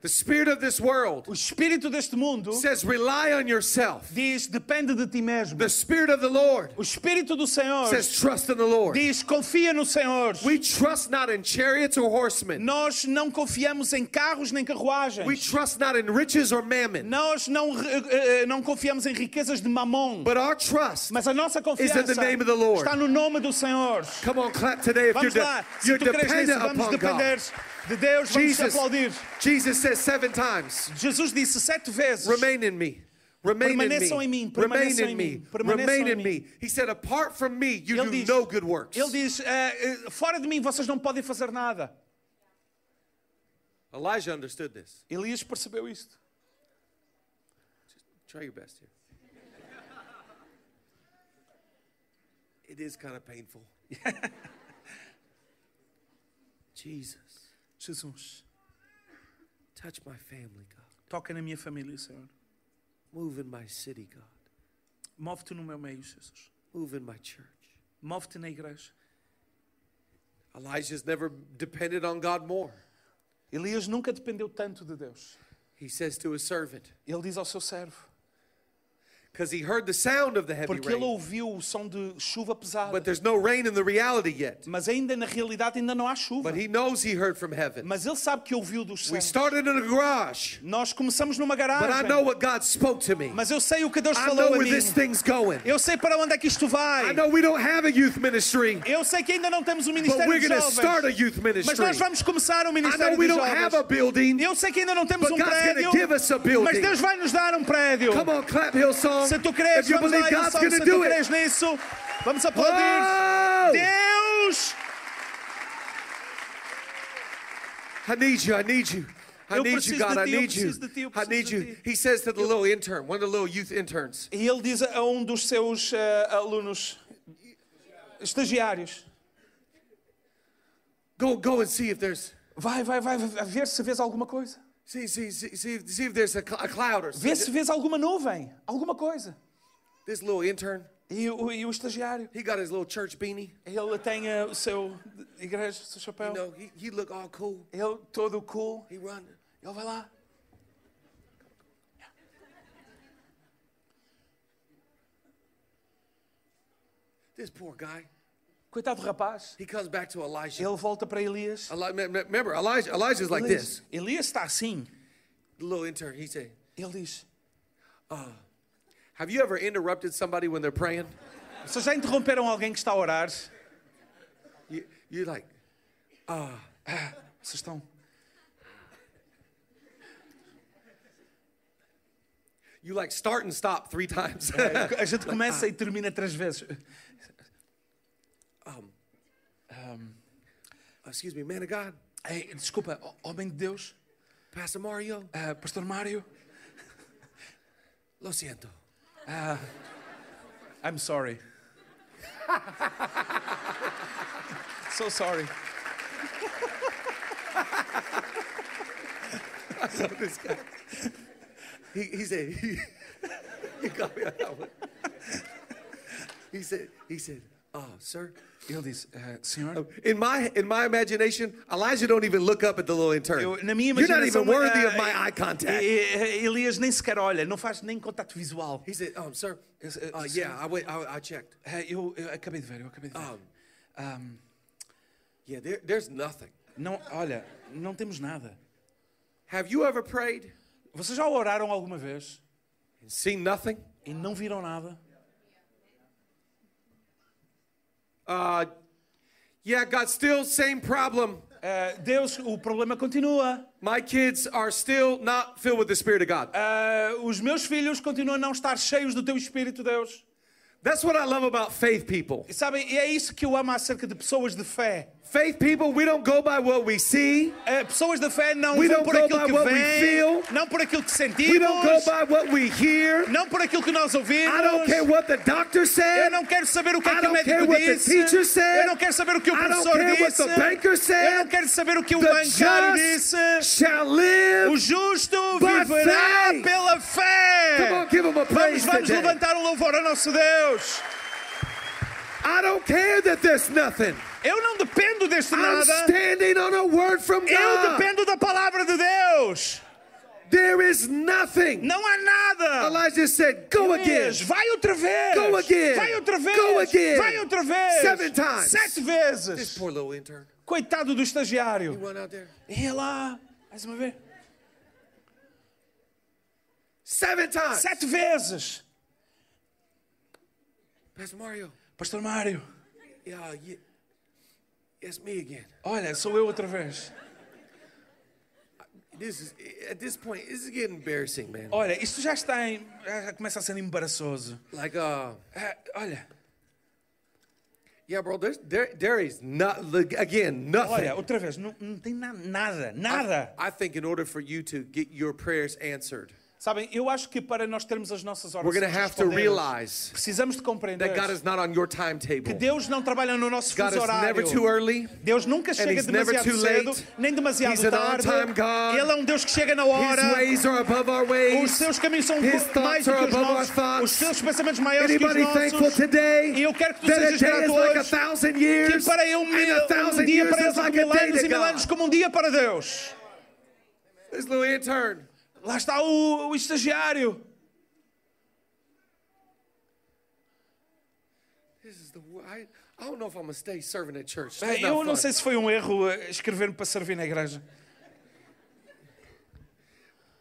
Speaker 3: The spirit of this world
Speaker 2: O espírito deste mundo
Speaker 3: says rely on yourself.
Speaker 2: diz depende de ti mesmo.
Speaker 3: The spirit of the Lord
Speaker 2: O espírito do Senhor
Speaker 3: says trust in the Lord.
Speaker 2: diz confia no Senhor.
Speaker 3: é- We trust not in chariots or horsemen.
Speaker 2: Nós não confiamos em carros nem carruagens.
Speaker 3: We trust not in riches or mammon.
Speaker 2: Nós não, eh, eh, não confiamos em riquezas de mamon.
Speaker 3: But our trust.
Speaker 2: Mas a nossa confiança
Speaker 3: It's in the name of the Lord.
Speaker 2: está no nome do Senhor.
Speaker 3: Come on, clap today if you're,
Speaker 2: Vamos
Speaker 3: de-
Speaker 2: lá, se
Speaker 3: you're
Speaker 2: tu creres nisso,
Speaker 3: dependent
Speaker 2: vamos
Speaker 3: upon
Speaker 2: depender
Speaker 3: God.
Speaker 2: de Deus, vamos
Speaker 3: Jesus,
Speaker 2: aplaudir.
Speaker 3: Jesus says seven times,
Speaker 2: Jesus disse sete vezes,
Speaker 3: remain in me. Remain in
Speaker 2: Permaneçam
Speaker 3: me.
Speaker 2: em mim,
Speaker 3: Remain
Speaker 2: permaneçam
Speaker 3: in
Speaker 2: em
Speaker 3: me.
Speaker 2: mim, permaneçam
Speaker 3: Remain
Speaker 2: em
Speaker 3: in me. He said, apart from me, you
Speaker 2: Ele
Speaker 3: do
Speaker 2: diz-
Speaker 3: no good works.
Speaker 2: ele diz, eh, eh, fora de mim vocês não podem fazer nada.
Speaker 3: Elijah understood this.
Speaker 2: Elias percebeu isto.
Speaker 3: Try your best here. It is kind of painful. Jesus,
Speaker 2: Jesus,
Speaker 3: touch my family, God.
Speaker 2: toca na minha família, Senhor.
Speaker 3: Move in my city, God.
Speaker 2: Move-te no meu meio, Jesus.
Speaker 3: Move in my church.
Speaker 2: Move-te na igreja.
Speaker 3: Elijah's never depended on God more.
Speaker 2: Elias nunca dependeu tanto de Deus.
Speaker 3: He says to his servant,
Speaker 2: Ele diz ao seu servo,
Speaker 3: because he heard the sound of the heavy
Speaker 2: porque ele
Speaker 3: rain,
Speaker 2: ouviu o som de chuva pesada.
Speaker 3: but there's no rain in the reality yet.
Speaker 2: Mas ainda na realidade ainda não há chuva.
Speaker 3: But he knows he heard from heaven.
Speaker 2: Mas ele sabe que ouviu dos
Speaker 3: We
Speaker 2: céus.
Speaker 3: started in a garage,
Speaker 2: Nós começamos numa
Speaker 3: but I know
Speaker 2: garagem.
Speaker 3: what God spoke to me.
Speaker 2: Mas eu sei o que Deus
Speaker 3: I know
Speaker 2: falou a
Speaker 3: where
Speaker 2: mim.
Speaker 3: this thing's going.
Speaker 2: Eu sei para onde é que isto
Speaker 3: I
Speaker 2: vai.
Speaker 3: know we don't have a youth ministry,
Speaker 2: Eu sei que ainda não temos um
Speaker 3: but
Speaker 2: ministério
Speaker 3: we're
Speaker 2: de
Speaker 3: going to start a
Speaker 2: jovens.
Speaker 3: youth
Speaker 2: Mas
Speaker 3: ministry.
Speaker 2: nós vamos começar um
Speaker 3: I know
Speaker 2: ministério
Speaker 3: we
Speaker 2: de
Speaker 3: don't have a
Speaker 2: jovens.
Speaker 3: building.
Speaker 2: Eu sei que ainda não temos
Speaker 3: But
Speaker 2: um
Speaker 3: God's gonna
Speaker 2: prédio.
Speaker 3: give us a building.
Speaker 2: Mas Deus vai nos dar um prédio.
Speaker 3: Come on, clap Hillsong.
Speaker 2: Se tu
Speaker 3: If
Speaker 2: creres,
Speaker 3: you
Speaker 2: vamos lá,
Speaker 3: believe God's
Speaker 2: Wilson,
Speaker 3: going
Speaker 2: se
Speaker 3: to
Speaker 2: tu
Speaker 3: do
Speaker 2: creres
Speaker 3: it,
Speaker 2: nisso, vamos aplaudir.
Speaker 3: Whoa!
Speaker 2: Deus!
Speaker 3: I need you. I need you. I
Speaker 2: Eu
Speaker 3: need
Speaker 2: preciso
Speaker 3: you, God.
Speaker 2: de
Speaker 3: I
Speaker 2: ti, eu
Speaker 3: need you.
Speaker 2: preciso de ti, eu
Speaker 3: I
Speaker 2: preciso
Speaker 3: need
Speaker 2: de
Speaker 3: you.
Speaker 2: ti.
Speaker 3: He says to the little intern, one of the little youth interns,
Speaker 2: E ele diz a um dos seus eh, alunos, estagiários,
Speaker 3: go, go and see if there's,
Speaker 2: vai, vai, vai, vai ver se vês alguma coisa.
Speaker 3: see, see, see, see, if- see if there's a, cl- a cloud or
Speaker 2: Vê
Speaker 3: something.
Speaker 2: se vês alguma nuvem, alguma coisa.
Speaker 3: This little intern,
Speaker 2: E o, e o estagiário,
Speaker 3: he got his little church beanie.
Speaker 2: ele tem eh, o seu de- igreja, o seu
Speaker 3: You
Speaker 2: chapéu,
Speaker 3: know, he, he look all cool.
Speaker 2: ele todo cool,
Speaker 3: He run.
Speaker 2: ele vai lá.
Speaker 3: This poor guy.
Speaker 2: Coitado do rapaz,
Speaker 3: He comes back to Elijah.
Speaker 2: ele volta para Elias.
Speaker 3: Eli- me- me- remember, Elijah, Elijah's
Speaker 2: é
Speaker 3: like this.
Speaker 2: Elias, Elias está assim,
Speaker 3: The little intern, he said,
Speaker 2: ele diz,
Speaker 3: have you ever interrupted somebody when they're praying?
Speaker 2: vocês já interromperam alguém que está a orar?
Speaker 3: You, you're like,
Speaker 2: Vocês estão...
Speaker 3: you like start and stop three times.
Speaker 2: A gente começa e termina três vezes.
Speaker 3: Excuse me, man of God,
Speaker 2: Ei, desculpa, ho- homem de Deus,
Speaker 3: Pastor Mario,
Speaker 2: ah, Pastor Mário.
Speaker 3: lo siento.
Speaker 2: I'm sorry. so sorry.
Speaker 3: So this guy, he, he said, he, you got me on that one. He said, he said, oh, sir. Oh,
Speaker 2: Ele disse,
Speaker 3: uh,
Speaker 2: ah, senhor,
Speaker 3: In my in my imagination, Elijah don't even look up at the little intern.
Speaker 2: eu- na minha
Speaker 3: You're not
Speaker 2: imaginação...
Speaker 3: even
Speaker 2: ah,
Speaker 3: worthy of my eye contact.
Speaker 2: e- e- Elias nem sequer olha, não faz nem contato visual.
Speaker 3: He said, um, sir,
Speaker 2: Is-
Speaker 3: uh,
Speaker 2: is-
Speaker 3: yeah, I went, I, I checked.
Speaker 2: Ah, eu, eu acabei de ver, eu acabei de ver.
Speaker 3: Um, yeah, there, there's nothing.
Speaker 2: Não, olha, não temos nada.
Speaker 3: Have you ever prayed
Speaker 2: Vocês já oraram alguma vez
Speaker 3: and seen nothing?
Speaker 2: e não viram nada?
Speaker 3: Uh, yeah, God, still same problem.
Speaker 2: Eh, Deus, o problema continua.
Speaker 3: My kids are still not filled with the Spirit of God.
Speaker 2: Eh, os meus filhos continuam a não estar cheios do teu Espírito, Deus.
Speaker 3: That's what I love about faith people.
Speaker 2: E sabem, e é isso que eu amo acerca de pessoas de fé.
Speaker 3: Faith people, we don't go by what we see.
Speaker 2: Eh, pessoas de fé não
Speaker 3: We
Speaker 2: vão
Speaker 3: don't
Speaker 2: por
Speaker 3: go
Speaker 2: aquilo
Speaker 3: by
Speaker 2: que
Speaker 3: what we
Speaker 2: vem,
Speaker 3: feel.
Speaker 2: não por aquilo que
Speaker 3: We don't go
Speaker 2: sentimos,
Speaker 3: by what we hear.
Speaker 2: não por aquilo que nós ouvimos.
Speaker 3: I don't care what the doctor
Speaker 2: Eu
Speaker 3: said.
Speaker 2: não quero saber o que
Speaker 3: I
Speaker 2: é que o
Speaker 3: don't care
Speaker 2: médico
Speaker 3: what the
Speaker 2: disse.
Speaker 3: teacher said.
Speaker 2: Eu não quero saber o que o
Speaker 3: I don't
Speaker 2: professor
Speaker 3: care what
Speaker 2: disse.
Speaker 3: the banker said.
Speaker 2: Eu não quero saber o que o bancário
Speaker 3: The
Speaker 2: disse.
Speaker 3: just shall
Speaker 2: O
Speaker 3: live.
Speaker 2: justo
Speaker 3: by
Speaker 2: viverá
Speaker 3: faith.
Speaker 2: pela fé.
Speaker 3: Come on, give him a
Speaker 2: Vamos,
Speaker 3: praise
Speaker 2: vamos
Speaker 3: today.
Speaker 2: levantar um louvor ao nosso Deus.
Speaker 3: I don't care that there's nothing.
Speaker 2: Eu não dependo deste
Speaker 3: I'm
Speaker 2: nada.
Speaker 3: standing on a word from
Speaker 2: Eu
Speaker 3: God.
Speaker 2: dependo da palavra de Deus.
Speaker 3: There is nothing.
Speaker 2: Não há nada.
Speaker 3: Elijah said, Go again.
Speaker 2: Elias, Vai outra vez.
Speaker 3: Go again.
Speaker 2: Vai outra vez.
Speaker 3: Go again.
Speaker 2: Vai outra vez.
Speaker 3: Seven times.
Speaker 2: Sete
Speaker 3: This
Speaker 2: vezes.
Speaker 3: poor little intern.
Speaker 2: Coitado do estagiário.
Speaker 3: Run out there.
Speaker 2: E lá, mais uma vez.
Speaker 3: Seven times.
Speaker 2: Sete vezes.
Speaker 3: Pastor Mario.
Speaker 2: Pastor Mário,
Speaker 3: Yeah, yeah. It's me again.
Speaker 2: olha, sou eu outra vez.
Speaker 3: This is at this point, this is getting embarrassing, man.
Speaker 2: Olha, isto já está em. Já começa a ser embaraçoso.
Speaker 3: Like uh
Speaker 2: Ah, olha,
Speaker 3: yeah, bro, there's there there is not look, again, nothing.
Speaker 2: olha, outra vez, não, não tem na- nada, nada.
Speaker 3: I think in order for you to get your prayers answered,
Speaker 2: Ah, Sabem, eu acho que para nós termos as nossas
Speaker 3: we're
Speaker 2: orações
Speaker 3: gonna have to
Speaker 2: respondidas,
Speaker 3: realize
Speaker 2: precisamos de compreender
Speaker 3: that God is not on your timetable.
Speaker 2: que Deus não trabalha no nosso
Speaker 3: God
Speaker 2: fuso
Speaker 3: is never
Speaker 2: horário.
Speaker 3: too early.
Speaker 2: Deus nunca chega
Speaker 3: he's never
Speaker 2: demasiado
Speaker 3: too
Speaker 2: cedo,
Speaker 3: late.
Speaker 2: nem demasiado
Speaker 3: He's an
Speaker 2: tarde.
Speaker 3: on-time God.
Speaker 2: Ele é um Deus que chega na
Speaker 3: His
Speaker 2: hora.
Speaker 3: ways are above our
Speaker 2: Os
Speaker 3: ways.
Speaker 2: seus caminhos são
Speaker 3: His
Speaker 2: bo- mais
Speaker 3: thoughts
Speaker 2: do
Speaker 3: are
Speaker 2: que os
Speaker 3: above our
Speaker 2: nossos. Os
Speaker 3: thoughts.
Speaker 2: seus pensamentos maiores que os
Speaker 3: Anybody thankful
Speaker 2: nossos.
Speaker 3: today
Speaker 2: E eu quero que tu
Speaker 3: that a
Speaker 2: sejas
Speaker 3: day is
Speaker 2: grato
Speaker 3: like a
Speaker 2: hoje.
Speaker 3: thousand
Speaker 2: que
Speaker 3: years
Speaker 2: para ele um,
Speaker 3: and a
Speaker 2: mil, um
Speaker 3: thousand
Speaker 2: dia
Speaker 3: years
Speaker 2: para eles
Speaker 3: is
Speaker 2: como
Speaker 3: like a
Speaker 2: mil
Speaker 3: day
Speaker 2: anos e
Speaker 3: to
Speaker 2: mil anos
Speaker 3: God.
Speaker 2: como um dia para Deus.
Speaker 3: This little intern,
Speaker 2: Lá está o, o estagiário.
Speaker 3: this is the wo- I, I don't know if I'm gonna stay serving at church. That's
Speaker 2: Bem, eu
Speaker 3: not
Speaker 2: não
Speaker 3: fun.
Speaker 2: sei se foi um erro eh, escrever-me para servir na igreja.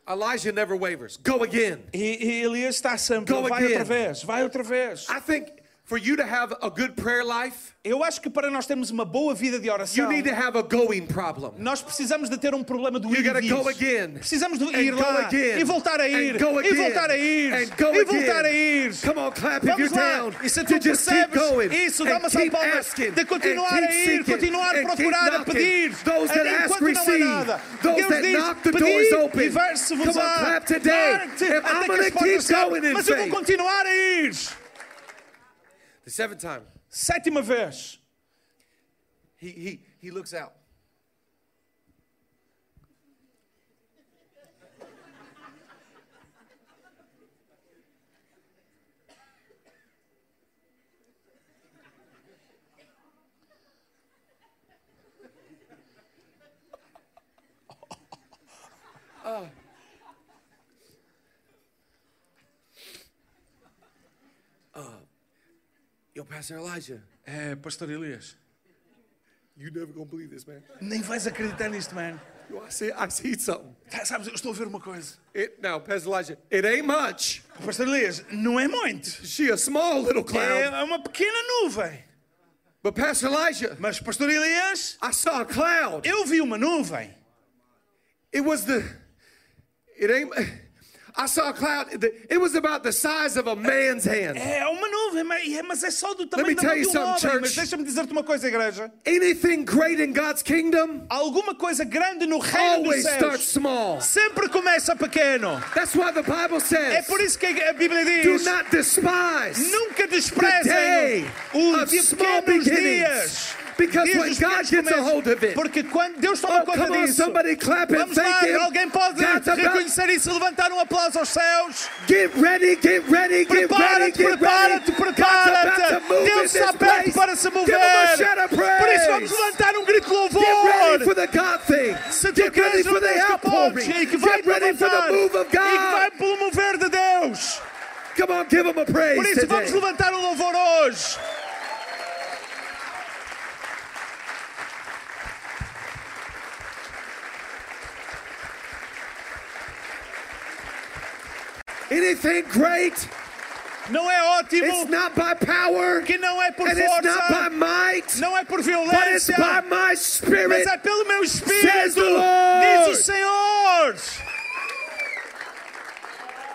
Speaker 3: Elijah never wavers. Go again.
Speaker 2: E, e Elias está sempre,
Speaker 3: Go
Speaker 2: vai
Speaker 3: again.
Speaker 2: outra vez, vai outra vez.
Speaker 3: I think for you to have a good prayer life,
Speaker 2: Eu acho que para nós termos uma boa vida de
Speaker 3: you
Speaker 2: oração,
Speaker 3: need to have a going problem.
Speaker 2: nós precisamos de ter um problema do ir
Speaker 3: You
Speaker 2: e
Speaker 3: gotta
Speaker 2: vir.
Speaker 3: go again.
Speaker 2: Precisamos de
Speaker 3: And
Speaker 2: ir
Speaker 3: go
Speaker 2: lá
Speaker 3: again.
Speaker 2: e voltar a ir,
Speaker 3: And go
Speaker 2: e
Speaker 3: again.
Speaker 2: voltar a ir,
Speaker 3: And go
Speaker 2: e voltar a
Speaker 3: again.
Speaker 2: ir.
Speaker 3: Come on, clap if
Speaker 2: Vamos
Speaker 3: you're
Speaker 2: lá.
Speaker 3: down.
Speaker 2: E se tu
Speaker 3: To just keep going.
Speaker 2: percebes isso, dá
Speaker 3: and
Speaker 2: uma
Speaker 3: keep
Speaker 2: salpada
Speaker 3: asking.
Speaker 2: de continuar
Speaker 3: and
Speaker 2: a
Speaker 3: keep
Speaker 2: ir,
Speaker 3: seeking.
Speaker 2: continuar a
Speaker 3: and keep
Speaker 2: procurar, a
Speaker 3: knocking.
Speaker 2: pedir.
Speaker 3: Those that ask
Speaker 2: Enquanto não há
Speaker 3: receive.
Speaker 2: nada.
Speaker 3: Those
Speaker 2: Deus
Speaker 3: that
Speaker 2: diz,
Speaker 3: knock the
Speaker 2: pedi
Speaker 3: doors open.
Speaker 2: e ver-se-vos
Speaker 3: Come on,
Speaker 2: á.
Speaker 3: clap today.
Speaker 2: Dar-te
Speaker 3: If
Speaker 2: até
Speaker 3: I'm
Speaker 2: que
Speaker 3: gonna
Speaker 2: as portas
Speaker 3: keep
Speaker 2: se abram.
Speaker 3: going in
Speaker 2: Mas eu vou
Speaker 3: faith.
Speaker 2: continuar a ir.
Speaker 3: The seventh time,
Speaker 2: Sétima vez.
Speaker 3: he, he, he looks out. Uh, uh, Yo, Pastor Elijah,
Speaker 2: É, pastor Elias,
Speaker 3: you never gonna believe this, man.
Speaker 2: nem vais acreditar nisto, man.
Speaker 3: Yo, I see, I see something.
Speaker 2: Tá, Sabes, eu estou a ver uma coisa.
Speaker 3: It now, Pastor Elijah, it ain't much.
Speaker 2: Pastor Elias, não é muito.
Speaker 3: She a small little
Speaker 2: É
Speaker 3: cloud.
Speaker 2: é uma pequena nuvem.
Speaker 3: But Pastor Elijah,
Speaker 2: Mas, pastor Elias,
Speaker 3: I saw a cloud.
Speaker 2: eu vi uma nuvem.
Speaker 3: It was the it ain't I saw a cloud. the- It was about the size of a man's hand.
Speaker 2: É uma nuvem, mas é- mas é só do
Speaker 3: me
Speaker 2: tamanho da mão
Speaker 3: tell you
Speaker 2: de um homem.
Speaker 3: something, church.
Speaker 2: Mas deixa-me dizer-te uma coisa, igreja.
Speaker 3: Anything great in God's kingdom
Speaker 2: Alguma coisa grande no reino dos
Speaker 3: always
Speaker 2: céus
Speaker 3: starts small.
Speaker 2: sempre começa pequeno.
Speaker 3: That's why the Bible
Speaker 2: É
Speaker 3: says,
Speaker 2: por isso que a Bíblia
Speaker 3: "Do
Speaker 2: diz,
Speaker 3: not despise
Speaker 2: nunca
Speaker 3: the
Speaker 2: desprezem
Speaker 3: day
Speaker 2: os
Speaker 3: of small
Speaker 2: pequenos dias.
Speaker 3: beginnings." Because
Speaker 2: Dias
Speaker 3: when
Speaker 2: dos
Speaker 3: God
Speaker 2: pequenos
Speaker 3: gets a
Speaker 2: começos.
Speaker 3: hold of it,
Speaker 2: Porque quando Deus toma
Speaker 3: oh,
Speaker 2: conta
Speaker 3: come on,
Speaker 2: disso,
Speaker 3: somebody clap and
Speaker 2: vamos lá,
Speaker 3: thank
Speaker 2: alguém
Speaker 3: Him.
Speaker 2: pode
Speaker 3: That's about
Speaker 2: reconhecer isso, levantar um aplauso aos céus.
Speaker 3: Get ready, get ready, get ready,
Speaker 2: Prepara-te,
Speaker 3: get ready.
Speaker 2: prepara-te, prepara-te. Deus está perto para se mover. Por isso vamos levantar um grito de
Speaker 3: Get ready for
Speaker 2: louvor.
Speaker 3: the God thing.
Speaker 2: Se tu
Speaker 3: Get ready
Speaker 2: queres um
Speaker 3: for the
Speaker 2: Deus que
Speaker 3: outpouring.
Speaker 2: podes e que vai
Speaker 3: Get ready for the
Speaker 2: levantar
Speaker 3: move of
Speaker 2: e que vai
Speaker 3: God.
Speaker 2: pelo mover de Deus.
Speaker 3: Come on, give him a
Speaker 2: Por
Speaker 3: praise
Speaker 2: isso vamos
Speaker 3: today.
Speaker 2: levantar um louvor hoje.
Speaker 3: Anything great,
Speaker 2: Não é
Speaker 3: it's
Speaker 2: ótimo,
Speaker 3: not by power,
Speaker 2: que não é por
Speaker 3: and it's not by
Speaker 2: força,
Speaker 3: might,
Speaker 2: não é por
Speaker 3: but it's
Speaker 2: violência,
Speaker 3: by my
Speaker 2: mas
Speaker 3: spirit.
Speaker 2: é pelo meu
Speaker 3: Says
Speaker 2: espírito,
Speaker 3: the Lord.
Speaker 2: diz o Senhor.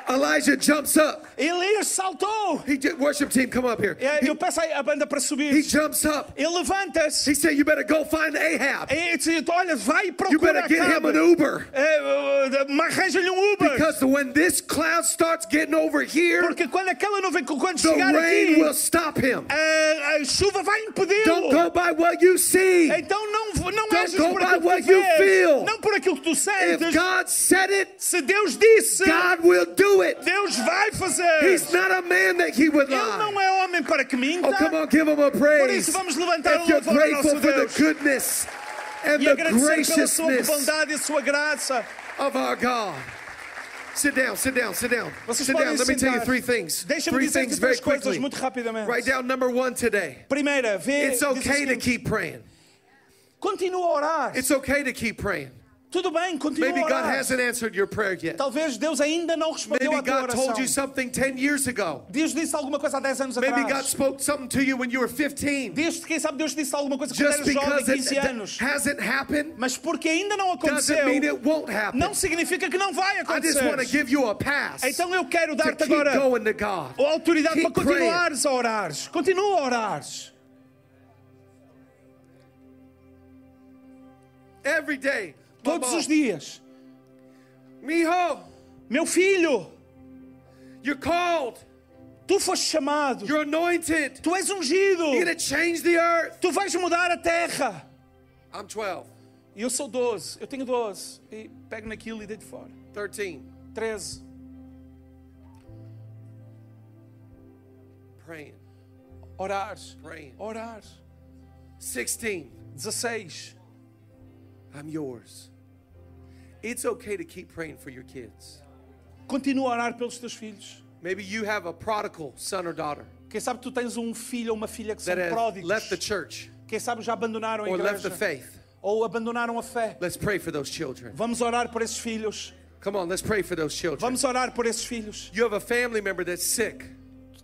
Speaker 3: Elijah jumps up.
Speaker 2: Elias saltou.
Speaker 3: He did, worship team, come up here.
Speaker 2: É,
Speaker 3: He,
Speaker 2: Eu peço a banda para
Speaker 3: he
Speaker 2: subir.
Speaker 3: jumps up.
Speaker 2: Ele levanta-se
Speaker 3: He said, "You better go find Ahab.
Speaker 2: e diz: Olha, vai
Speaker 3: You
Speaker 2: procurar.
Speaker 3: better get him
Speaker 2: Acabe.
Speaker 3: an Uber."
Speaker 2: É, uh, uh, Arranja-lhe um Uber.
Speaker 3: Because when this cloud starts getting over here,
Speaker 2: Porque quando aquela nuvem, quando chegar
Speaker 3: the rain
Speaker 2: aqui,
Speaker 3: will stop him.
Speaker 2: a, a chuva vai
Speaker 3: Don't
Speaker 2: impedi-lo.
Speaker 3: go by what you see.
Speaker 2: Então não, não
Speaker 3: Don't
Speaker 2: ages
Speaker 3: go
Speaker 2: por
Speaker 3: by
Speaker 2: aquilo que
Speaker 3: what
Speaker 2: tu
Speaker 3: you
Speaker 2: vês,
Speaker 3: feel.
Speaker 2: não por aquilo que tu
Speaker 3: If
Speaker 2: sentes.
Speaker 3: God said it,
Speaker 2: Se Deus disse,
Speaker 3: God will do it.
Speaker 2: Deus vai fazer.
Speaker 3: He's not a man that he would
Speaker 2: Ele
Speaker 3: lie.
Speaker 2: não é homem para que minta.
Speaker 3: Oh, come on, give him a
Speaker 2: Por
Speaker 3: praise.
Speaker 2: isso vamos levantar
Speaker 3: If
Speaker 2: o
Speaker 3: you're
Speaker 2: louvor ao
Speaker 3: grateful
Speaker 2: nosso
Speaker 3: for the
Speaker 2: Deus.
Speaker 3: goodness and
Speaker 2: E
Speaker 3: the
Speaker 2: agradecer pela sua
Speaker 3: graciousness
Speaker 2: bondade e a sua graça.
Speaker 3: of our God. Sit down, sit down, sit down.
Speaker 2: Vocês
Speaker 3: Sit
Speaker 2: podem
Speaker 3: down. Let me tell you
Speaker 2: sentar.
Speaker 3: three things.
Speaker 2: Deixa-me
Speaker 3: Three
Speaker 2: dizer-te
Speaker 3: things very
Speaker 2: três coisas
Speaker 3: quickly.
Speaker 2: muito rapidamente.
Speaker 3: Write down number one today.
Speaker 2: Primeira, vê,
Speaker 3: It's
Speaker 2: diz o
Speaker 3: okay to
Speaker 2: seguinte,
Speaker 3: keep praying.
Speaker 2: continua a orar.
Speaker 3: It's okay to keep praying.
Speaker 2: Tudo bem, continua
Speaker 3: Maybe
Speaker 2: a
Speaker 3: God
Speaker 2: orar.
Speaker 3: hasn't answered your prayer yet.
Speaker 2: Talvez Deus ainda não respondeu
Speaker 3: Maybe
Speaker 2: à tua
Speaker 3: God told you
Speaker 2: oração.
Speaker 3: something 10 years ago.
Speaker 2: Deus disse alguma coisa há 10 anos
Speaker 3: Maybe God
Speaker 2: atrás.
Speaker 3: spoke something to you when you were 15.
Speaker 2: Deus, quem sabe Deus disse alguma coisa quando
Speaker 3: Just
Speaker 2: eras jovem,
Speaker 3: because it
Speaker 2: 15
Speaker 3: d-
Speaker 2: anos.
Speaker 3: hasn't happened
Speaker 2: Mas porque ainda não
Speaker 3: doesn't mean
Speaker 2: aconteceu,
Speaker 3: it won't happen.
Speaker 2: não significa que não vai
Speaker 3: I just want to
Speaker 2: acontecer.
Speaker 3: give you a pass to
Speaker 2: Então eu quero dar-te Oh.
Speaker 3: keep
Speaker 2: agora
Speaker 3: going to God.
Speaker 2: a autoridade para
Speaker 3: Keep praying.
Speaker 2: continuares a orares. Continua a orares.
Speaker 3: Every day.
Speaker 2: Todos
Speaker 3: Mama,
Speaker 2: os dias.
Speaker 3: Mijo,
Speaker 2: Meu filho,
Speaker 3: you're called.
Speaker 2: tu foste chamado.
Speaker 3: You're anointed.
Speaker 2: Tu és ungido.
Speaker 3: You're going to change the earth.
Speaker 2: Tu vais mudar a terra.
Speaker 3: I'm 12,
Speaker 2: E eu sou 12. Eu tenho 12. E pego naquilo e dei de fora.
Speaker 3: 13,
Speaker 2: 13.
Speaker 3: praying,
Speaker 2: Orares.
Speaker 3: praying.
Speaker 2: Orares.
Speaker 3: 16,
Speaker 2: 16.
Speaker 3: I'm yours. It's okay to keep praying for your kids.
Speaker 2: Continua a orar pelos teus filhos.
Speaker 3: Maybe you have a prodigal son or daughter
Speaker 2: Quem sabe tu tens um filho ou uma filha que são
Speaker 3: that has
Speaker 2: pródigos.
Speaker 3: left the church
Speaker 2: Quem sabe já abandonaram a
Speaker 3: or left the
Speaker 2: igreja
Speaker 3: faith.
Speaker 2: ou abandonaram a fé.
Speaker 3: Let's pray for those children.
Speaker 2: Vamos orar por esses filhos.
Speaker 3: Come on, let's pray for those children.
Speaker 2: Vamos orar por esses filhos.
Speaker 3: You have a family member that's sick.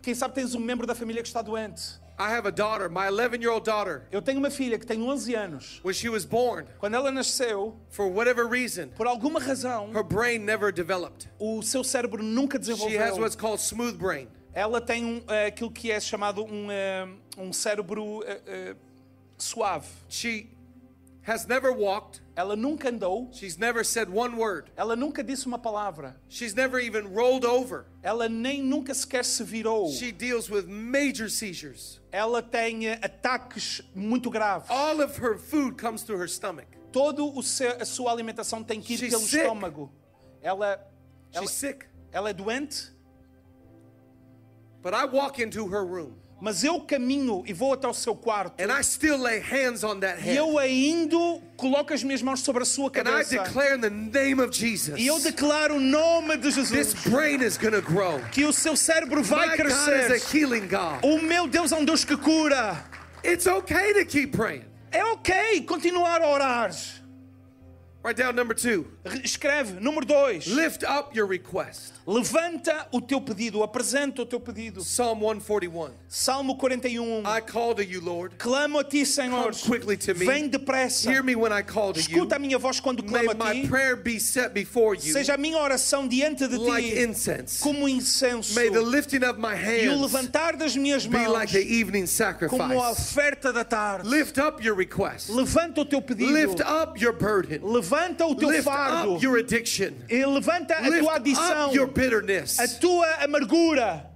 Speaker 2: Quem sabe tens um membro da família que está doente.
Speaker 3: I have a daughter, my 11 year old daughter.
Speaker 2: Eu tenho uma filha que tem 11 anos.
Speaker 3: When she was born,
Speaker 2: Quando ela nasceu,
Speaker 3: for whatever reason,
Speaker 2: por alguma razão,
Speaker 3: her brain never developed.
Speaker 2: o seu cérebro nunca
Speaker 3: She has
Speaker 2: desenvolveu.
Speaker 3: what's called smooth brain.
Speaker 2: Ela tem um, eh, aquilo que é chamado um, eh, um cérebro eh, eh, suave.
Speaker 3: She has never walked.
Speaker 2: Ela nunca andou,
Speaker 3: She's never said one word.
Speaker 2: ela nunca disse uma palavra,
Speaker 3: She's never even rolled over.
Speaker 2: ela nem nunca sequer se virou.
Speaker 3: She deals with major seizures.
Speaker 2: Ela tem eh, ataques muito graves.
Speaker 3: All of her food comes through her stomach.
Speaker 2: Todo o seu, a sua alimentação tem que ir
Speaker 3: Oh. She's
Speaker 2: pelo
Speaker 3: sick.
Speaker 2: estômago. Ela, ela,
Speaker 3: She's sick.
Speaker 2: ela é doente,
Speaker 3: But I walk into her room
Speaker 2: mas eu caminho e vou até o seu quarto.
Speaker 3: and I still lay hands on that
Speaker 2: E
Speaker 3: head.
Speaker 2: eu ainda coloco as minhas mãos sobre a sua
Speaker 3: é And I
Speaker 2: cabeça.
Speaker 3: declare in the name of Jesus
Speaker 2: E eu declaro o nome de
Speaker 3: this
Speaker 2: Jesus
Speaker 3: brain is going to grow.
Speaker 2: que o seu cérebro vai
Speaker 3: My God is a
Speaker 2: crescer.
Speaker 3: healing God.
Speaker 2: O meu Deus é um Deus que cura.
Speaker 3: It's okay to keep praying.
Speaker 2: É ok continuar a orar.
Speaker 3: Write down number two
Speaker 2: Re- Escreve, número 2.
Speaker 3: lift up your request.
Speaker 2: Levanta o teu pedido, apresenta o teu pedido.
Speaker 3: Psalm 141.
Speaker 2: Salmo 41.
Speaker 3: I call to you, Lord.
Speaker 2: Clamo a ti, Senhor.
Speaker 3: Come quickly to me.
Speaker 2: Vem depressa.
Speaker 3: Hear me when I call to you.
Speaker 2: Escuta a minha voz quando
Speaker 3: May
Speaker 2: clamo a
Speaker 3: my
Speaker 2: ti.
Speaker 3: prayer be set before you
Speaker 2: Seja a minha oração diante de
Speaker 3: like
Speaker 2: ti
Speaker 3: incense.
Speaker 2: como um incenso.
Speaker 3: May the lifting of my
Speaker 2: E o
Speaker 3: hands
Speaker 2: levantar das minhas
Speaker 3: be
Speaker 2: mãos
Speaker 3: like the evening
Speaker 2: como a
Speaker 3: sacrifice.
Speaker 2: oferta da tarde.
Speaker 3: Lift up your request.
Speaker 2: Levanta o teu pedido.
Speaker 3: Lift up your burden.
Speaker 2: Levanta o teu
Speaker 3: Lift
Speaker 2: fardo.
Speaker 3: up your Eh, addiction.
Speaker 2: E levanta a tua
Speaker 3: Lift
Speaker 2: adição,
Speaker 3: up your bitterness.
Speaker 2: a tua amargura.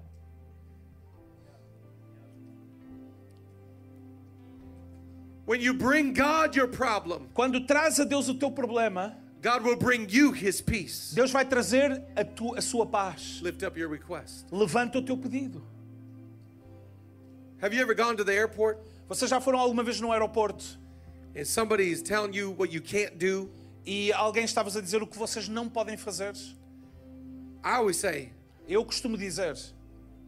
Speaker 3: When you bring God your problem,
Speaker 2: Quando traz a Deus o teu problema,
Speaker 3: God will bring you his peace.
Speaker 2: Deus vai trazer a, tua, a sua paz.
Speaker 3: Lift up your request.
Speaker 2: Levanta o teu pedido.
Speaker 3: Have you ever gone to the airport
Speaker 2: Vocês já foram alguma vez no aeroporto
Speaker 3: and somebody is telling you what you can't do?
Speaker 2: e alguém estava-vos a dizer o que vocês não podem fazer?
Speaker 3: I always say,
Speaker 2: Eu costumo dizer: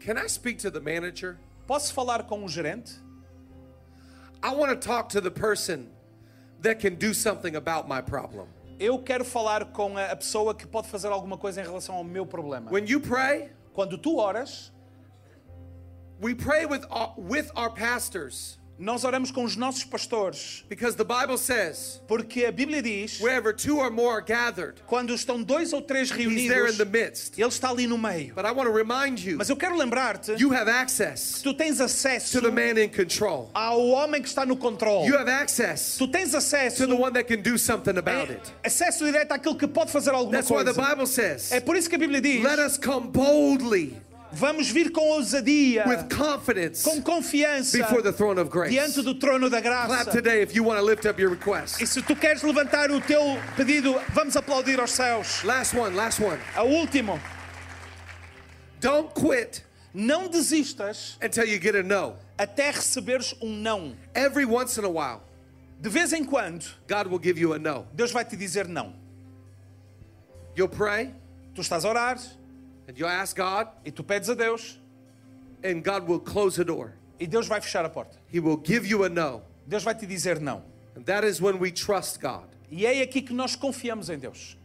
Speaker 3: Can I speak to the manager?
Speaker 2: posso falar com o gerente?
Speaker 3: I want to talk to the person that can do something about my problem.
Speaker 2: Eu quero falar com a a pessoa que pode fazer alguma coisa em relação ao meu problema.
Speaker 3: When you pray,
Speaker 2: Quando tu oras,
Speaker 3: we pray with our, with our pastors
Speaker 2: nós oramos com os nossos pastores,
Speaker 3: because the Bible says,
Speaker 2: porque a Bíblia diz,
Speaker 3: wherever two or more are gathered,
Speaker 2: quando estão dois ou três
Speaker 3: He's there in
Speaker 2: reunidos,
Speaker 3: the midst.
Speaker 2: ele está ali no meio.
Speaker 3: But I want to remind you,
Speaker 2: Mas eu quero lembrar-te que
Speaker 3: you have access
Speaker 2: tu tens acesso
Speaker 3: to the man in control.
Speaker 2: ao homem que está no controle.
Speaker 3: You have access
Speaker 2: Tu tens acesso é,
Speaker 3: to the one that can do something about it.
Speaker 2: acesso direto àquilo que pode fazer alguma
Speaker 3: That's why the
Speaker 2: coisa.
Speaker 3: Bible
Speaker 2: É
Speaker 3: says,
Speaker 2: por isso que a Bíblia diz:
Speaker 3: let us come boldly
Speaker 2: vamos vir com ousadia,
Speaker 3: with confidence
Speaker 2: com confiança,
Speaker 3: before the throne of grace.
Speaker 2: diante do trono da
Speaker 3: Clap
Speaker 2: graça.
Speaker 3: today if you want to lift up your
Speaker 2: E
Speaker 3: request.
Speaker 2: se tu queres levantar o teu pedido, vamos aplaudir aos céus.
Speaker 3: Last one, last one.
Speaker 2: A último,
Speaker 3: Don't quit
Speaker 2: não desistas
Speaker 3: until you get a no.
Speaker 2: até receberes um não.
Speaker 3: Every once in a while,
Speaker 2: De vez em quando,
Speaker 3: God will give you a no.
Speaker 2: Deus vai te dizer não.
Speaker 3: You'll pray
Speaker 2: Tu estás a orar
Speaker 3: and you'll ask God,
Speaker 2: e tu pedes a Deus
Speaker 3: and God will close the door.
Speaker 2: e Deus vai fechar a porta.
Speaker 3: He will give you a no.
Speaker 2: Deus vai te dizer não.
Speaker 3: And that is when we trust God.
Speaker 2: E é aqui que nós confiamos em Deus.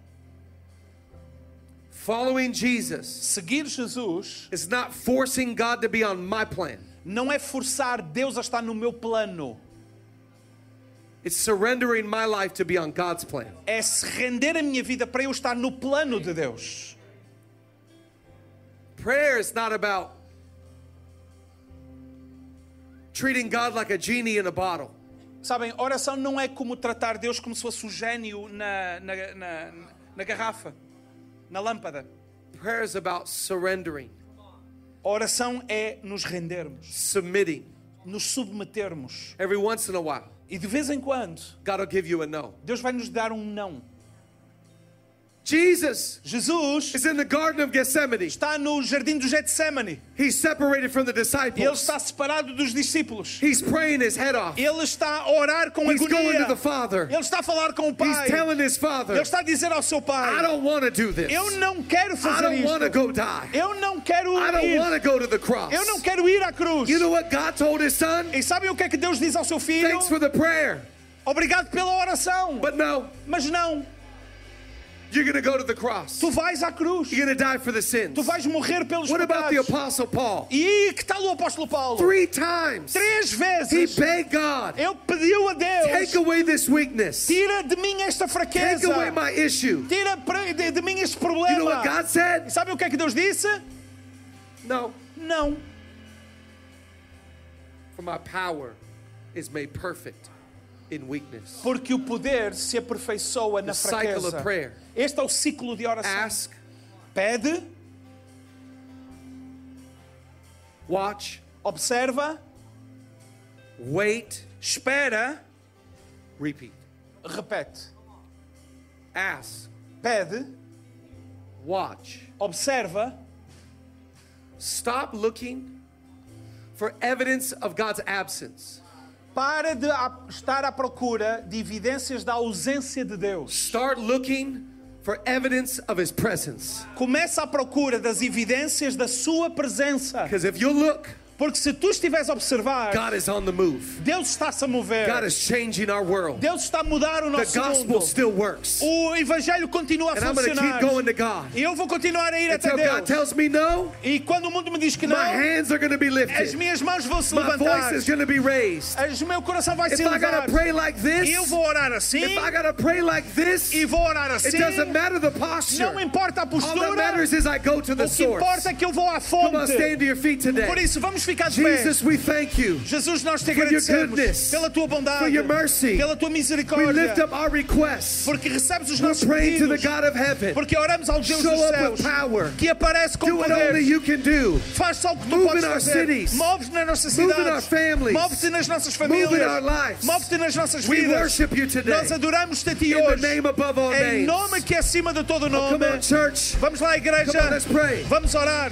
Speaker 3: Following Jesus
Speaker 2: Seguir Jesus
Speaker 3: is not forcing God to be on my plan,
Speaker 2: não é forçar Deus a estar no meu plano,
Speaker 3: it's surrendering my life to be on God's plan.
Speaker 2: é se render a minha vida para eu estar no plano de Deus.
Speaker 3: Prayer is not about treating God like a genie in a bottle.
Speaker 2: Sabem, oração não é como tratar Deus como se fosse o gênio na, na, na, na garrafa, na lâmpada.
Speaker 3: Prayer is about surrendering,
Speaker 2: A oração é nos rendermos,
Speaker 3: submitting.
Speaker 2: nos submetermos.
Speaker 3: Every once in a while,
Speaker 2: E de vez em quando,
Speaker 3: God will give you a no.
Speaker 2: Deus vai nos dar um não.
Speaker 3: Jesus
Speaker 2: Jesus
Speaker 3: is in the Garden of Gethsemane.
Speaker 2: está no jardim do Getsemane.
Speaker 3: He's separated from the
Speaker 2: Ele
Speaker 3: disciples.
Speaker 2: está separado dos discípulos.
Speaker 3: He's praying his head off.
Speaker 2: Ele está a orar com
Speaker 3: He's going to
Speaker 2: agonia.
Speaker 3: the Father.
Speaker 2: Ele está a falar com o
Speaker 3: He's
Speaker 2: Pai.
Speaker 3: telling his
Speaker 2: Ele
Speaker 3: Father,
Speaker 2: está a dizer ao seu
Speaker 3: I
Speaker 2: pai:
Speaker 3: don't want to do this.
Speaker 2: Eu não quero
Speaker 3: I
Speaker 2: fazer
Speaker 3: don't want to
Speaker 2: isto.
Speaker 3: go die.
Speaker 2: Eu não quero
Speaker 3: I don't want
Speaker 2: ir.
Speaker 3: to go to the cross.
Speaker 2: Eu não quero ir à cruz.
Speaker 3: You know what God told his son?
Speaker 2: E sabem o que é que Deus diz ao seu filho?
Speaker 3: Thanks for the prayer.
Speaker 2: Obrigado pela oração.
Speaker 3: But no,
Speaker 2: Mas não,
Speaker 3: you're going to go to the cross.
Speaker 2: tu vais à cruz.
Speaker 3: You're going to die for the sins.
Speaker 2: Tu vais morrer pelos
Speaker 3: What about the
Speaker 2: pecados.
Speaker 3: Apostle Paul?
Speaker 2: E que tal o apóstolo Paulo?
Speaker 3: Three times
Speaker 2: Três
Speaker 3: he
Speaker 2: vezes
Speaker 3: begged God,
Speaker 2: ele pediu a
Speaker 3: take
Speaker 2: Deus:
Speaker 3: away this weakness,
Speaker 2: Tira de mim esta
Speaker 3: take
Speaker 2: fraqueza.
Speaker 3: away my issue.
Speaker 2: Tira pre- de, de mim este
Speaker 3: You know
Speaker 2: problema.
Speaker 3: what God said?
Speaker 2: E sabem o que é que Deus disse?
Speaker 3: No,
Speaker 2: Não,
Speaker 3: for my power is made perfect in weakness.
Speaker 2: porque o poder se aperfeiçoa na
Speaker 3: The cycle of
Speaker 2: fraqueza.
Speaker 3: prayer.
Speaker 2: Este é o ciclo de oração.
Speaker 3: Ask,
Speaker 2: Pede,
Speaker 3: watch,
Speaker 2: observa,
Speaker 3: wait,
Speaker 2: espera,
Speaker 3: repeat.
Speaker 2: repete.
Speaker 3: Ask,
Speaker 2: Pede,
Speaker 3: watch.
Speaker 2: observa,
Speaker 3: Stop looking for evidence of God's absence.
Speaker 2: para de a- estar à procura de evidências da ausência de Deus.
Speaker 3: Start looking for evidence of his presence.
Speaker 2: Começa à procura das evidências da sua presença.
Speaker 3: Because if you look,
Speaker 2: Porque se tu estiveres a observar,
Speaker 3: God is on the move.
Speaker 2: Deus está-se a mover.
Speaker 3: God is changing our world.
Speaker 2: Deus está a mudar o
Speaker 3: The
Speaker 2: nosso
Speaker 3: gospel
Speaker 2: mundo.
Speaker 3: still works. And
Speaker 2: O evangelho continua a
Speaker 3: I'm going to keep
Speaker 2: funcionar.
Speaker 3: going to God.
Speaker 2: E eu vou continuar a ir até
Speaker 3: Until God
Speaker 2: Deus.
Speaker 3: tells me no,
Speaker 2: E quando o mundo me diz que não,
Speaker 3: my hands are going to be
Speaker 2: as
Speaker 3: lifted.
Speaker 2: minhas mãos vão se
Speaker 3: My voice
Speaker 2: levantar.
Speaker 3: is going to be raised.
Speaker 2: As, o meu coração vai
Speaker 3: If
Speaker 2: se
Speaker 3: I got
Speaker 2: levantar.
Speaker 3: to pray like this,
Speaker 2: Eu vou orar assim
Speaker 3: if I got to pray like this,
Speaker 2: e
Speaker 3: it
Speaker 2: vou orar assim.
Speaker 3: doesn't matter the posture.
Speaker 2: Não importa a
Speaker 3: All that
Speaker 2: postura.
Speaker 3: matters is I go to the
Speaker 2: O que
Speaker 3: source.
Speaker 2: importa é que eu vou à
Speaker 3: Come on,
Speaker 2: fonte.
Speaker 3: stand to your feet
Speaker 2: Por
Speaker 3: today.
Speaker 2: isso, vamos ficar de pé.
Speaker 3: Jesus, we thank you.
Speaker 2: Jesus, nós te
Speaker 3: your
Speaker 2: agradecemos
Speaker 3: goodness,
Speaker 2: pela tua bondade,
Speaker 3: for your mercy.
Speaker 2: pela tua
Speaker 3: We lift
Speaker 2: misericórdia,
Speaker 3: up our requests.
Speaker 2: porque recebes os
Speaker 3: We're
Speaker 2: nossos
Speaker 3: praying to the
Speaker 2: pedidos,
Speaker 3: God of heaven.
Speaker 2: porque oramos ao Deus
Speaker 3: Show
Speaker 2: dos
Speaker 3: up
Speaker 2: céus,
Speaker 3: with power.
Speaker 2: que aparece com
Speaker 3: Do what only
Speaker 2: poder.
Speaker 3: you can do.
Speaker 2: Faz só o que tu
Speaker 3: Move
Speaker 2: podes
Speaker 3: in our
Speaker 2: fazer.
Speaker 3: cities.
Speaker 2: Move na nossa
Speaker 3: in
Speaker 2: cidade.
Speaker 3: our families.
Speaker 2: Move-te nas nossas
Speaker 3: in
Speaker 2: famílias.
Speaker 3: our lives.
Speaker 2: Move-te nas nossas
Speaker 3: We
Speaker 2: vidas.
Speaker 3: worship you today.
Speaker 2: Nós adoramos-te a ti
Speaker 3: In the
Speaker 2: E hoje.
Speaker 3: name above all
Speaker 2: Em
Speaker 3: names. Oh,
Speaker 2: nome que é acima de todo
Speaker 3: Come
Speaker 2: nome.
Speaker 3: on, church.
Speaker 2: Vamos lá, igreja.
Speaker 3: Come on, let's pray.
Speaker 2: Vamos orar.